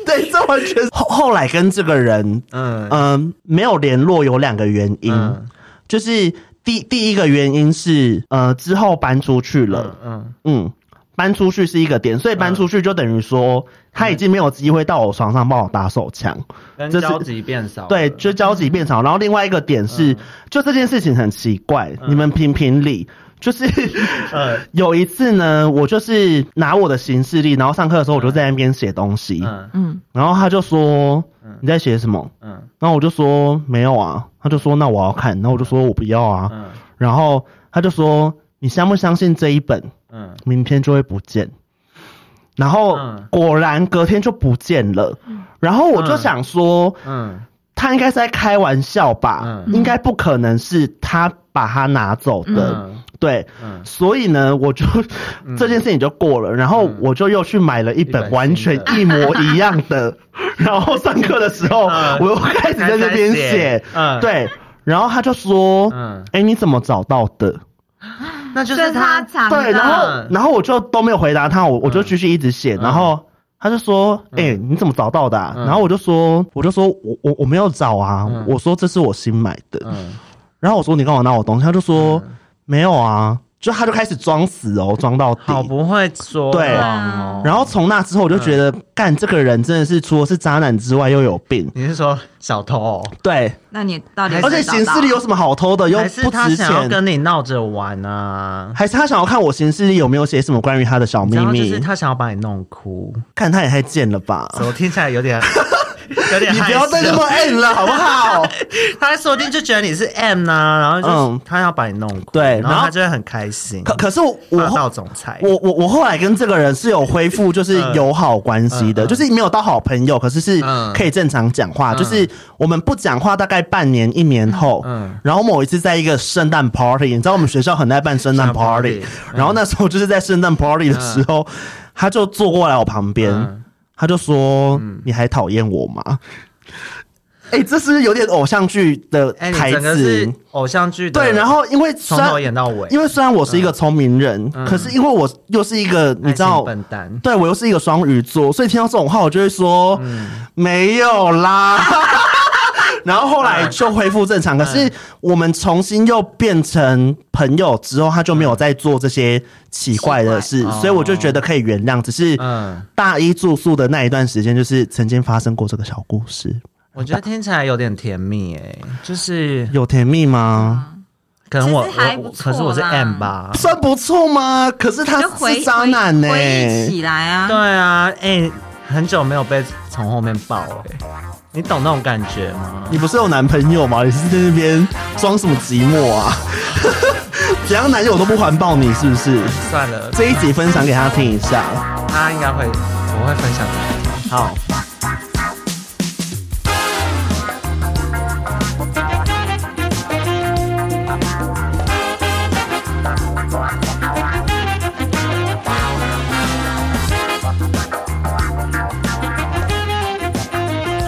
对，这完全 [LAUGHS] 后后来跟这个人，嗯嗯、没有联络有两个原因，嗯就是第第一个原因是呃之后搬出去了。嗯嗯嗯，搬出去是一个点，所以搬出去就等于说、他已经没有机会到我床上帮我打手枪，跟这是交集变少了，对，就交集变少。然后另外一个点嗯是，就这件事情很奇怪，你们评评理。就是 [LAUGHS] 嗯 [LAUGHS] 有一次呢，我就是拿我的行事历，然后上课的时候我就在那边写东西，嗯嗯，然后他就说你在写什么，嗯然后我就说没有啊，他就说那我要看，然后我就说我不要啊，嗯然后他就说你相不相信这一本？嗯，明天就会不见。然后嗯果然隔天就不见了，然后我就想说，嗯他应该是在开玩笑吧，嗯应该不可能是他把它拿走的，嗯对，嗯所以呢，我就、这件事情就过了，然后我就又去买了一嗯一本本新的完全一模一 [LAUGHS] 样的，然后上课的时候、嗯我又开始在那边还在写写，嗯对，然后他就说，嗯哎、你怎么找到的？那就这是是他他藏的，对，然后嗯然后我就都没有回答他，我我就继续一直写，然后他就说：“嗯哎、你怎么找到的、啊？”然后我就说：“我就说我我我没有找啊，我说这是我新买的。嗯然后我说：“你干嘛拿我东西？”他就说：“没有啊。”就他就开始装死哦，装到底。好不会说对啊谎哦。然后从那之后，我就觉嗯得干、这个人真的是除了是渣男之外又有病。你是说小偷哦？对，那你到底还是而且行事历有什么好偷的？又还是不他值想要钱。跟你闹着玩啊？还是他想要看我行事历有没有写什么关于他的小秘然后就密是？他想要把你弄 [LAUGHS] 哭，看他也太贱了吧！怎么听起来 [LAUGHS] 有点有 [LAUGHS] 点你害不要再羞这么暗了，好不好？他说不定就觉得你是 M 呐、然后就是嗯他要把你弄哭，对然然后后他就会很开心， [LAUGHS] 可可是 [LAUGHS] 我我霸道后总裁，我我我后来跟这个人是有恢复，就是嗯友好关系的，嗯嗯就是没有到好朋友，可是是嗯可以正常讲话。嗯就是我们不讲话，大概半年一年后，嗯然后某一次在一个圣诞 party，你知道我们学校很爱办圣诞圣诞 party，嗯 party，然后那时候就是在圣诞 party 的时候，他就坐过来我旁边，嗯他就说：“你还讨厌我吗？”哎、这是不是有点偶像剧的哎、你台整个词是？偶像剧的，对，然后因为从虽然头演到尾，因为虽然我是一个聪明人，嗯可是因为我又是一个你知爱道情，笨蛋，对我又是一个双鱼座，所以听到这种话，我就会说、嗯没有 [LAUGHS] 啦。然后后来就恢复嗯正常，可是我们重新又变成朋友之后，他就没有再做这些奇怪的事，奇怪哦所以我就觉得可以原谅。只是嗯，大一住宿的那一段时间，就是曾经发生过这个小故事，我觉得听起来有点甜蜜哎、就是有甜蜜嗯吗？可能我其实还我不我错可是我是啦 M 吧。算不错吗？可是他就回是渣男呢、回回忆起来啊，对啊，哎、很久没有被从后面抱哎、你懂那种感觉吗？你不是有男朋友吗？你是在那边装什么寂寞啊？ [LAUGHS] 怎样男友都不环抱你，是不是？算了，这一集分享给他听一下。他应该会，我会分享给他。好，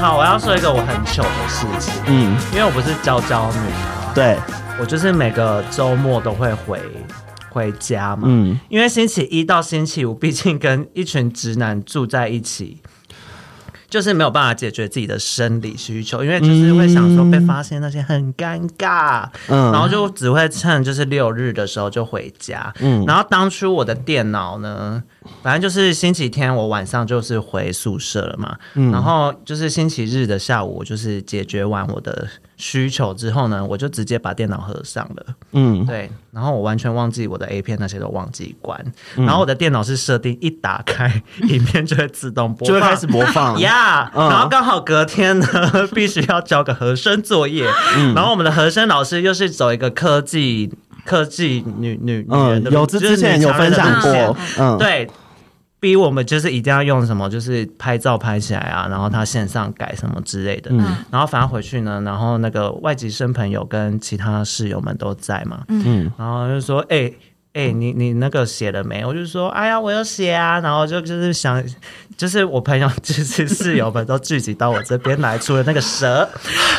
好，我要说一个我很糗的事情，嗯，因为我不是娇娇女嘛，对，我就是每个周末都会回回家嘛，嗯，因为星期一到星期五，毕 [LAUGHS] 竟跟一群直男住在一起。就是没有办法解决自己的生理需求，因为就是会想说被发现那些很尴尬，嗯然后就只会趁就是六日的时候就回家，嗯然后当初我的电脑呢，反正就是星期天我晚上就是回宿舍了嘛，嗯然后就是星期日的下午，我就是解决完我的需求之后呢，我就直接把电脑合上了。嗯，对，然后我完全忘记我的 A 片那些都忘记关，嗯然后我的电脑是设定一打开，影片就会自动播就放，会开始播 [LAUGHS] 放。呀嗯然后刚好隔天呢， [LAUGHS] 必须要交个和声作业，嗯然后我们的和声老师又是走一个科技科技女女女嗯人的，路，有之就是之前女有强人分的享路线过，嗯，对，逼我们就是一定要用什么，就是拍照拍起来啊，然后他线上改什么之类的。嗯然后反正回去呢，然后那个外籍生朋友跟其他室友们都在嘛，嗯然后就说，哎、哎、你你那个写了没？我就说，哎呀，我有写啊。然后就就是想，就是我朋友 [LAUGHS] 就是室友们都聚集到我这边来，除了那个蛇。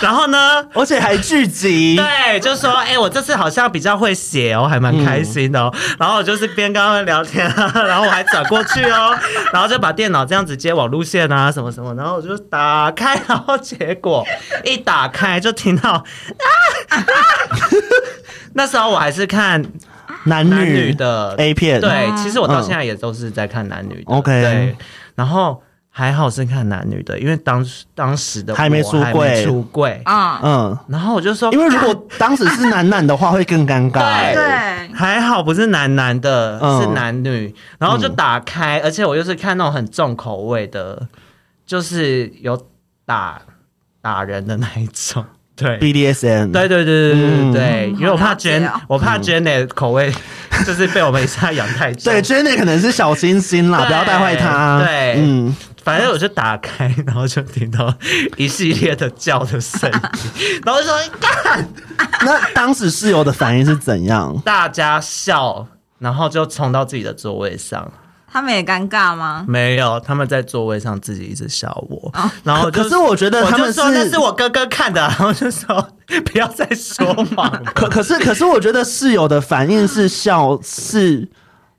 然后呢，而且还聚集。对，就说哎、我这次好像比较会写哦，还蛮开心的哦。然后我就是边跟他们聊天、啊， [LAUGHS] 然后我还转过去哦，然后就把电脑这样子接网路线啊，什么什么，然后我就打开，然后结果一打开就听到啊，啊那时候我还是看男男女的嗯 A 片，对，嗯其实我到现在也都是在看男女的。 OK 对，然后还好是看男女的，因为当时当时的我还没出还柜出柜。啊，嗯，然后我就说，啊因为如果当时是男男的话，会更尴尬。对对，还好不是男男的，嗯是男女，然后就打开，而且我又是看那种很重口味的，就是有打打人的那一种，对。 BDSM，对对对对对对嗯对，嗯因为我怕好了解 Jen，、哦我怕 Jen 的口味 [LAUGHS] 就是被我们一下养太重。对，Jenny 可能是小星星啦，对不要带坏他。对嗯，反正我就打开，然后就听 [LAUGHS] 到一系列的叫的声音，然后就说干， [LAUGHS] 那当时室友的反应是怎样？大家笑，然后就冲到自己的座位上。他们也尴尬吗？没有，他们在座位上自己一直笑我，然后就可是我觉得他们哦我就是说那是我哥哥看的，然后就说不要再说谎了，可可是可是，我觉得室友的反应是笑，是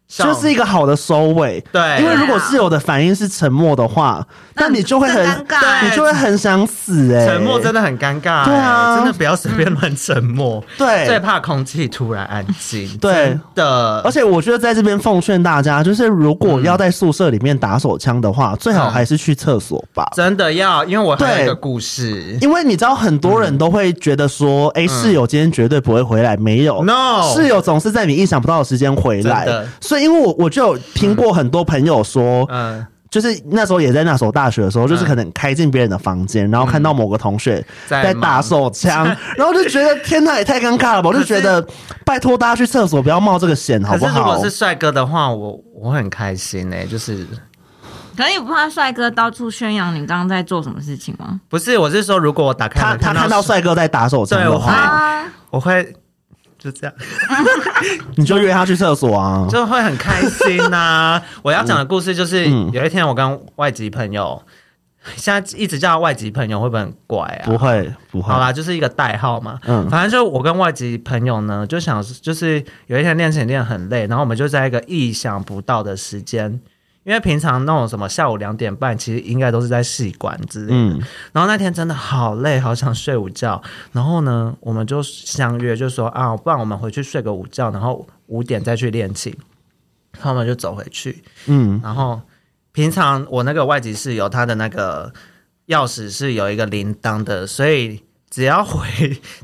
笑就是一个好的收尾。 [LAUGHS] 对因为如果室友的反应是沉默的话，那你就会很那很尴尬你就会很想死哎、沉默真的很尴尬、欸，对啊真的不要随便乱沉默，对最怕空气突然安静，对真的，而且我觉得在这边奉劝大家，就是如果要在宿舍里面打手枪的嗯话，最好还是去厕所吧。真的要，因为我还有对一个故事。因为你知道，很多嗯人都会觉得说，哎、室友今天绝对不会回来，没有 No 室友总是在你意想不到的时间回来哦真的。所以，因为我我就有听过很多朋友说，嗯，就是那时候也在那所大学的时候，就是嗯可能开进别人的房间，然后看到某个同学在在打嗯忙手枪，然后就觉得天呐，也太尴尬了吧！我就觉得拜托大家去厕所不要冒这个险，好可不是如好果是？帅哥的话，我我会很开心哎、就是可你不怕帅哥到处宣扬你刚刚在做什么事情吗？不是我是说，如果我打开他门他看到帅哥在打手枪对的我话，啊，我会就这样， [LAUGHS] 你就约他去厕所啊。就会很开心呐、我要讲的故事就是，嗯有一天我跟外籍朋友，现在一直叫他外籍朋友会不会很怪啊？不会不会好，啦，就是一个代号嘛。嗯反正就我跟外籍朋友呢，就想就是有一天练琴练很累，然后我们就在一个意想不到的时间，因为平常那种什么下午两点半，其实应该都是在戏馆之类的。嗯然后那天真的好累，好想睡午觉。然后呢，我们就相约，就说啊，不然我们回去睡个午觉，然后五点再去练琴。然后我们就走回去，嗯然后平常我那个外籍室友他的那个钥匙是有一个铃铛的，所以只要回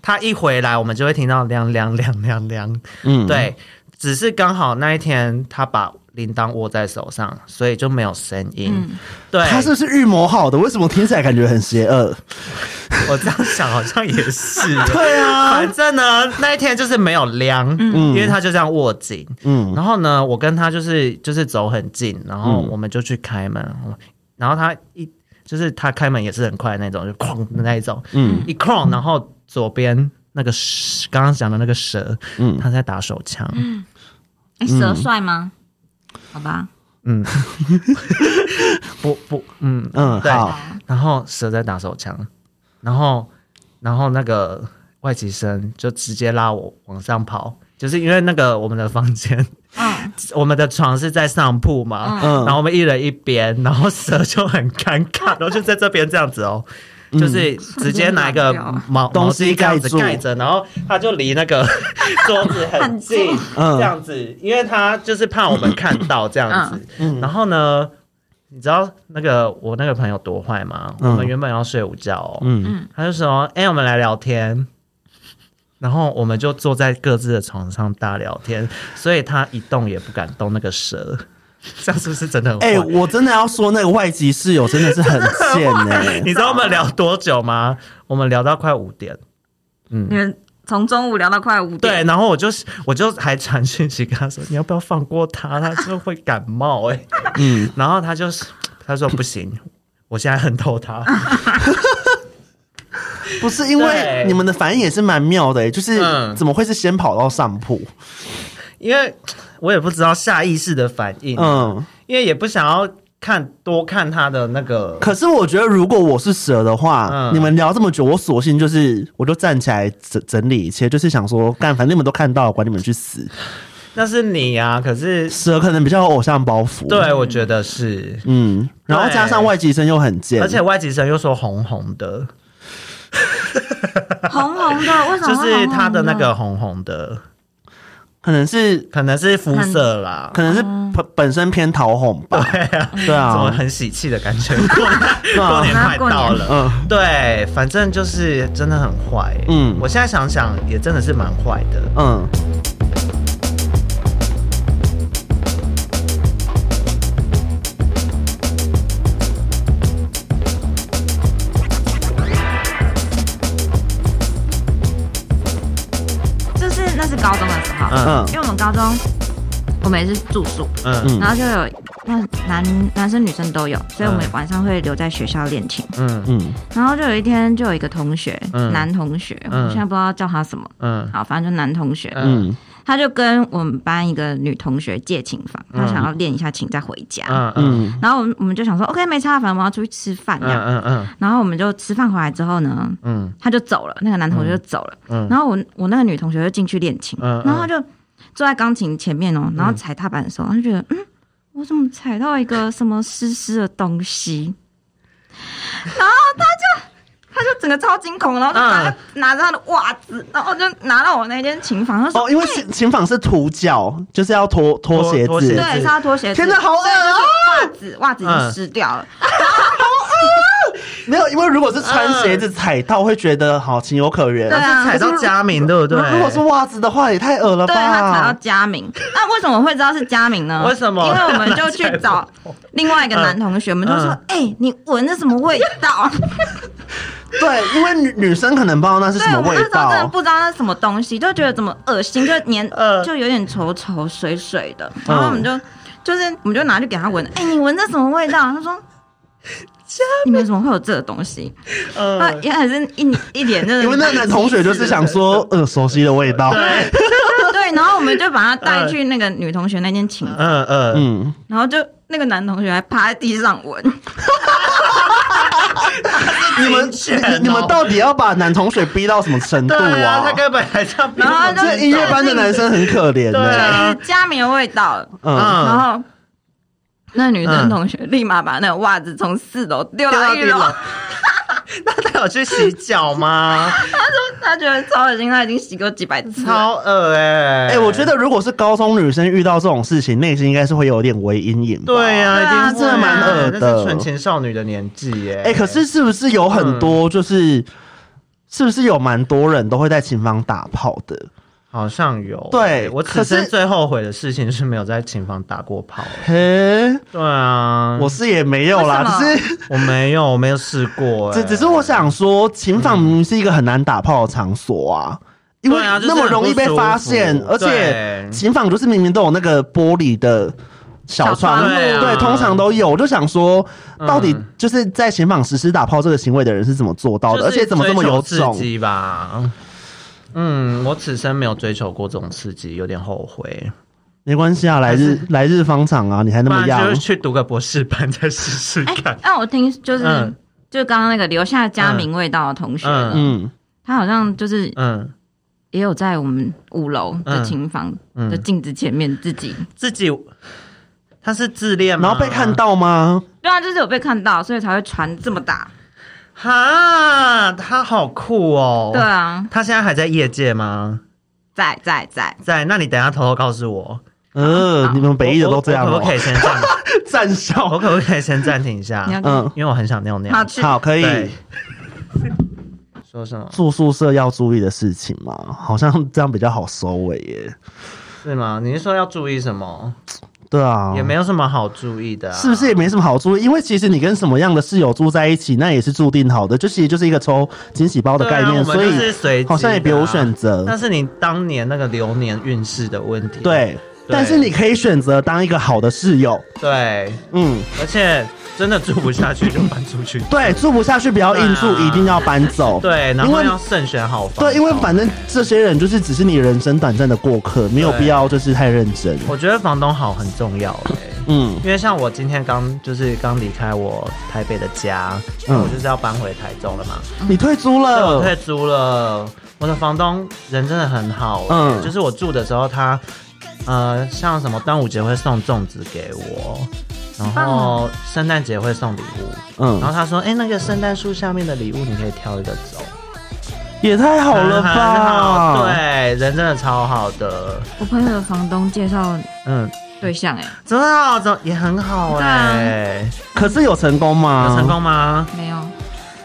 他一回来，我们就会听到亮亮亮亮亮。嗯，对，只是刚好那一天他把铃铛握在手上，所以就没有声音。嗯对，他是不是预谋好的？为什么听起来感觉很邪恶？我这样想好像也是。对啊， [LAUGHS] 反正呢，那一天就是没有量，因为他就这样握紧。嗯然后呢，我跟他就是就是走很近，然后嗯我们就去开门，然后他一就是他开门也是很快那种，就哐的那一种，嗯一哐，然后左边那个蛇刚刚讲的那个蛇，嗯，他在打手枪，哎，蛇帅吗？好吧，不不，嗯嗯对好，然后蛇在打手枪，然后然后那个外籍生就直接拉我往上跑，就是因为那个我们的房间。 [LAUGHS] 嗯，我们的床是在上铺嘛，嗯然后我们一人一边，然后蛇就很尴尬，然后就在这边这样子哦，就是直接拿一个毛嗯东毛西巾这样子盖住盖着，然后他就离那个桌子很近，嗯这样子，因为他就是怕我们看到这样子，嗯然后呢。你知道那个我那个朋友多坏吗？嗯我们原本要睡午觉哦，嗯他就说：“哎、我们来聊天。”然后我们就坐在各自的床上大聊天，所以他一动也不敢动那个蛇，这样是不是真的很坏？哎、我真的要说那个外籍室友真的是很贱哎、 [LAUGHS] 你知道我们聊多久吗？我们聊到快五点。你们从中午聊到快五对，点，然后我就我就还传讯息跟他说：“你要不要放过他？他就会感冒、欸。”哎，嗯，然后他就是他说：“不行，我现在恨透他。不是因为对你们的反应也是蛮妙的、欸，就是嗯怎么会是先跑到上铺？”因为我也不知道下意识的反应，嗯，因为也不想要看多看他的那个。可是我觉得如果我是蛇的话，嗯你们聊这么久，我索性就是我就站起来整整理一切，就是想说，干，反正你们都看到了，管你们去死。那是你啊，可是蛇可能比较有偶像包袱，，对我觉得是，嗯，然后对加上外籍生又很贱，而且外籍生又说红红的，红红的，为什么就会红是红他的那个红红的，可能是可能是肤色啦，可能是本本身偏桃红吧，哦对嗯 [LAUGHS] 怎么啊，很喜气的感觉？过年过年快到了，嗯对，反正就是真的很坏、嗯嗯，我现在想想也真的是蛮坏的。嗯。就是那是高中的时候，嗯嗯因为我们高中我们也是住宿，嗯然后就有那男男生女生都有，所以我们嗯晚上会留在学校练琴。嗯嗯然后就有一天，就有一个同学，嗯男同学，我嗯现在不知道叫他什么，嗯好，反正就男同学，嗯嗯他就跟我们班一个女同学借琴房，他想要练一下琴再回家。嗯嗯嗯，然后我们我们就想说，OK，没差，反正我们要出去吃饭嗯这样。嗯嗯然后我们就吃饭回来之后呢，嗯他就走了，那个男同学就走了。嗯然后我我那个女同学就进去练琴，嗯嗯然后他就坐在钢琴前面哦，然后踩踏板的时候，他就觉得嗯，我怎么踩到一个什么湿湿的东西？ [LAUGHS] 然后他就他就整个超惊恐，然后就拿、嗯拿着他的袜子，然后就拿到我那间琴房，他说、哦，因为琴琴房是土脚，就是要脱脱鞋脱脱子鞋。对，是要脱鞋子，天哪，好恶啊！袜子袜子已经湿掉了，没有，因为如果是穿鞋子踩到，会觉得好情有可原。对嗯，啊是踩到佳明对不对？如果是袜子的话，也太恶了吧？对他踩到佳明，那为什么我会知道是佳明呢？为什么因为我们就去找另外一个男同学，我们就说：“哎、你闻着什么味道？”对因为女女生可能不知道那是什对，么我们味那时候真的道。啊不知道那是什么东西，就觉得怎么恶心，就黏，嗯就有点稠稠水水的。然后我们就、就是我们就拿去给他闻，哎、你闻着什么味道？他说。你们怎么会有这个东西？嗯他也还是一一脸就 [LAUGHS] 是，因为那个男同学就是想说，呃，熟悉的味道。对，对，然后我们就把他带去那个女同学那间寝房嗯嗯，嗯，然后就那个男同学还趴在地上闻，你们明你显哦你们到底要把男同学逼到什么程度对啊，啊他？根本还这样，然后他就这音乐班的男生很可怜对的。啊就是佳明的味道。嗯，嗯然后那女嗯生同学立马把那个袜子从四楼丢掉到到一地楼，了。 [LAUGHS] 那他有去洗 [LAUGHS] 脚吗？他觉得超恶心，他已经洗过几百次了。超恶哎、哎，我觉得如果是高中女生遇到这种事情，内心应该是会有点微阴影吧。对呀、对啊一定会真的蛮恶的那是纯情少女的年纪耶、哎、可是是不是有很多嗯就是，是不是有蛮多人都会在琴房打炮的？好像有对我可此是生最后悔的事情是没有在琴房打过炮。嘿，对啊，我是也没有啦，为只什是我没有，我没有试过、哎只只是我想说，琴房明明是一个很难打炮的场所啊。因为对啊就是那么容易被发很现，不舒服而且对琴房就是明明都有那个玻璃的小小窗户，窗户对,、对啊通常都有。我就想说，到底嗯就是在琴房实施打炮这个行为的人是怎么做到的，就而是且怎么这么有追求种刺？激吧？嗯，我此生没有追求过这种刺激，有点后悔。没关系啊，来日来日方长啊，你还那不么然样就是，去读个博士班再试试哎、看。那我听就是、嗯就刚刚那个留下佳明味道的同学，嗯嗯。他好像就是嗯，也有在我们五楼的琴房嗯的嗯镜子前面自己，自己他是自恋吗？然后被看到吗？对啊，就是有被看到，所以才会传这么大。哈，他好酷哦。对，啊，他现在还在业界吗？在在在，在，那你等一下偷偷告诉我。呃，你们北艺的都这样啊我我哦我可不可，以先 [LAUGHS] 暂？站我校。可不可以先暂停一下你？要嗯，因为我很想尿尿。他去好，可以。对。说什么？住宿舍要注意的事情嘛，好像这样比较好收尾耶。是吗？你是说要注意什么？对啊，也没有什么好注意的啊、是不是也没什么好注意？因为其实你跟什么样的室友住在一起，那也是注定好的，就其实就是一个抽惊喜包的概对啊念，我们所就是以随机的啊好像也别无选那择。是你当年那个流年运势的问题。对，但是你可以选择当一个好的室友。对，嗯，而且真的住不下去就搬出去。对，住不下去不要硬住，对啊一定要搬走。对，然因后为要慎选好房。对，因为反正这些人就是只是你人生短暂的过客，没有对必要就是太认真。我觉得房东好很重要哎、嗯因为像我今天刚就是刚离开我台北的家，嗯我就是要搬回台中了嘛，，你退租所以了，我退租了。我的房东人真的很好、嗯，嗯就是我住的时候他，呃，像什么端午节会送粽子给我，然棒后哦圣诞节会送礼物，然嗯，后他说，哎、那个圣诞树下面的礼物你可以挑一个走，也太好了很好吧？， [LAUGHS] 对，人真的超好的，我朋友的房东介绍嗯，对象、哎，真的好，真也很好哎、可是有成功吗？有成。功吗？没有，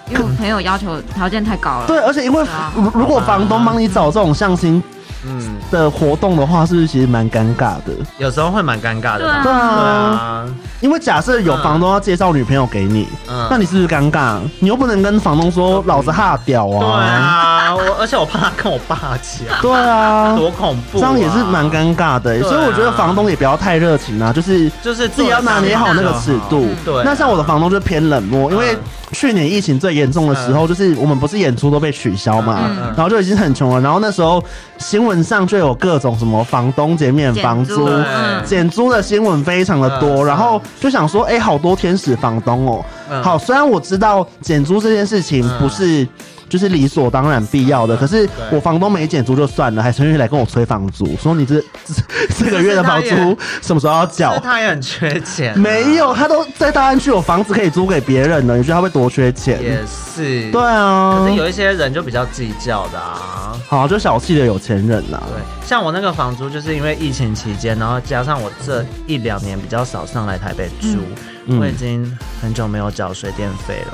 因为我朋友要求条件太高了。对，而且因为啊如如果房东帮你找这种相亲嗯，的活动的话，是不是其实蛮尴尬的？有时候会蛮尴尬的对吧。啊对对啊，啊，因为假设有房东要介绍女朋友给你，嗯那你是不是尴尬？你又不能跟房东说老子哈屌对啊，啊，啊，我而且我怕他跟我爸讲，对啊，多恐怖、这啊！样也是蛮尴尬的欸、对啊所以我觉得房东也不要太热情啊，就是就是自己要拿捏好那个尺度。对啊嗯那像我的房东就偏冷漠，因为去年疫情最严重的时候，就是我们不是演出都被取消嘛，嗯嗯然后就已经很穷了。然后那时候新闻上就有各种什么房东减免房租、对嗯减租的新闻非常的多，嗯然后就想说，哎、好多天使房东哦、嗯好，虽然我知道减租这件事情不是。就是理所当然必要嗯的，可是我房东没减租就算了，还曾愿意来跟我催房租，说 [LAUGHS] 你这这这个月的房租什么时候要缴就是？他也很缺钱、啊没，有，他都在大安区有房子可以租给别人了，你觉得他会多缺钱？也是对。啊可，是有一些人就比较计较的啊。好就小气的有钱人啊呐、对，像我那个房租，就是因为疫情期间，然后加上我这一两年比较少上来台北住，嗯我已经很久没有缴水电费了，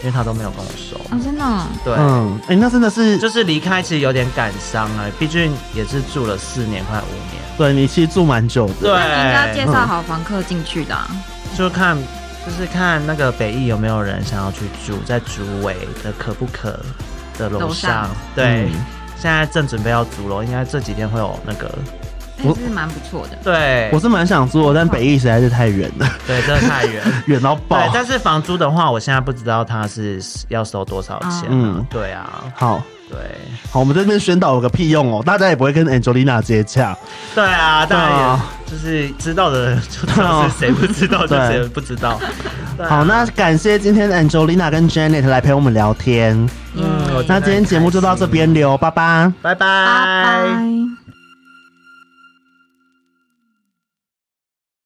因为他都没有跟我收。哦，真的哦，对，嗯，哎、那真的是，就是离开其实有点感伤啊，毕竟也是住了四年快五年。对你其实住蛮久的，对，那你应该介嗯绍好房客进去的啊。就看就是看那个北艺有没有人想要去住在竹围的可不可的楼楼上对。嗯现在正准备要租楼，应该这几天会有那个哎我这是蛮不错的。对，我是蛮想住嗯的，但北艺实在是太远了，对，真的太远。远到爆。对，但是房租的话，我现在不知道他是要收多少钱、啊。嗯嗯，对啊，好对，好，我们这边宣导有个屁用哦，大家也不会跟 Angelina 接洽。对啊，当对然啊也就是知道的人就知道是谁，不知道 [LAUGHS] 就对谁不知道。对啊好，那感谢今天的 Angelina 跟 Janet 来陪我们聊天。嗯，我真的那今天节目就到这边溜，拜拜。很开心，拜拜拜。拜。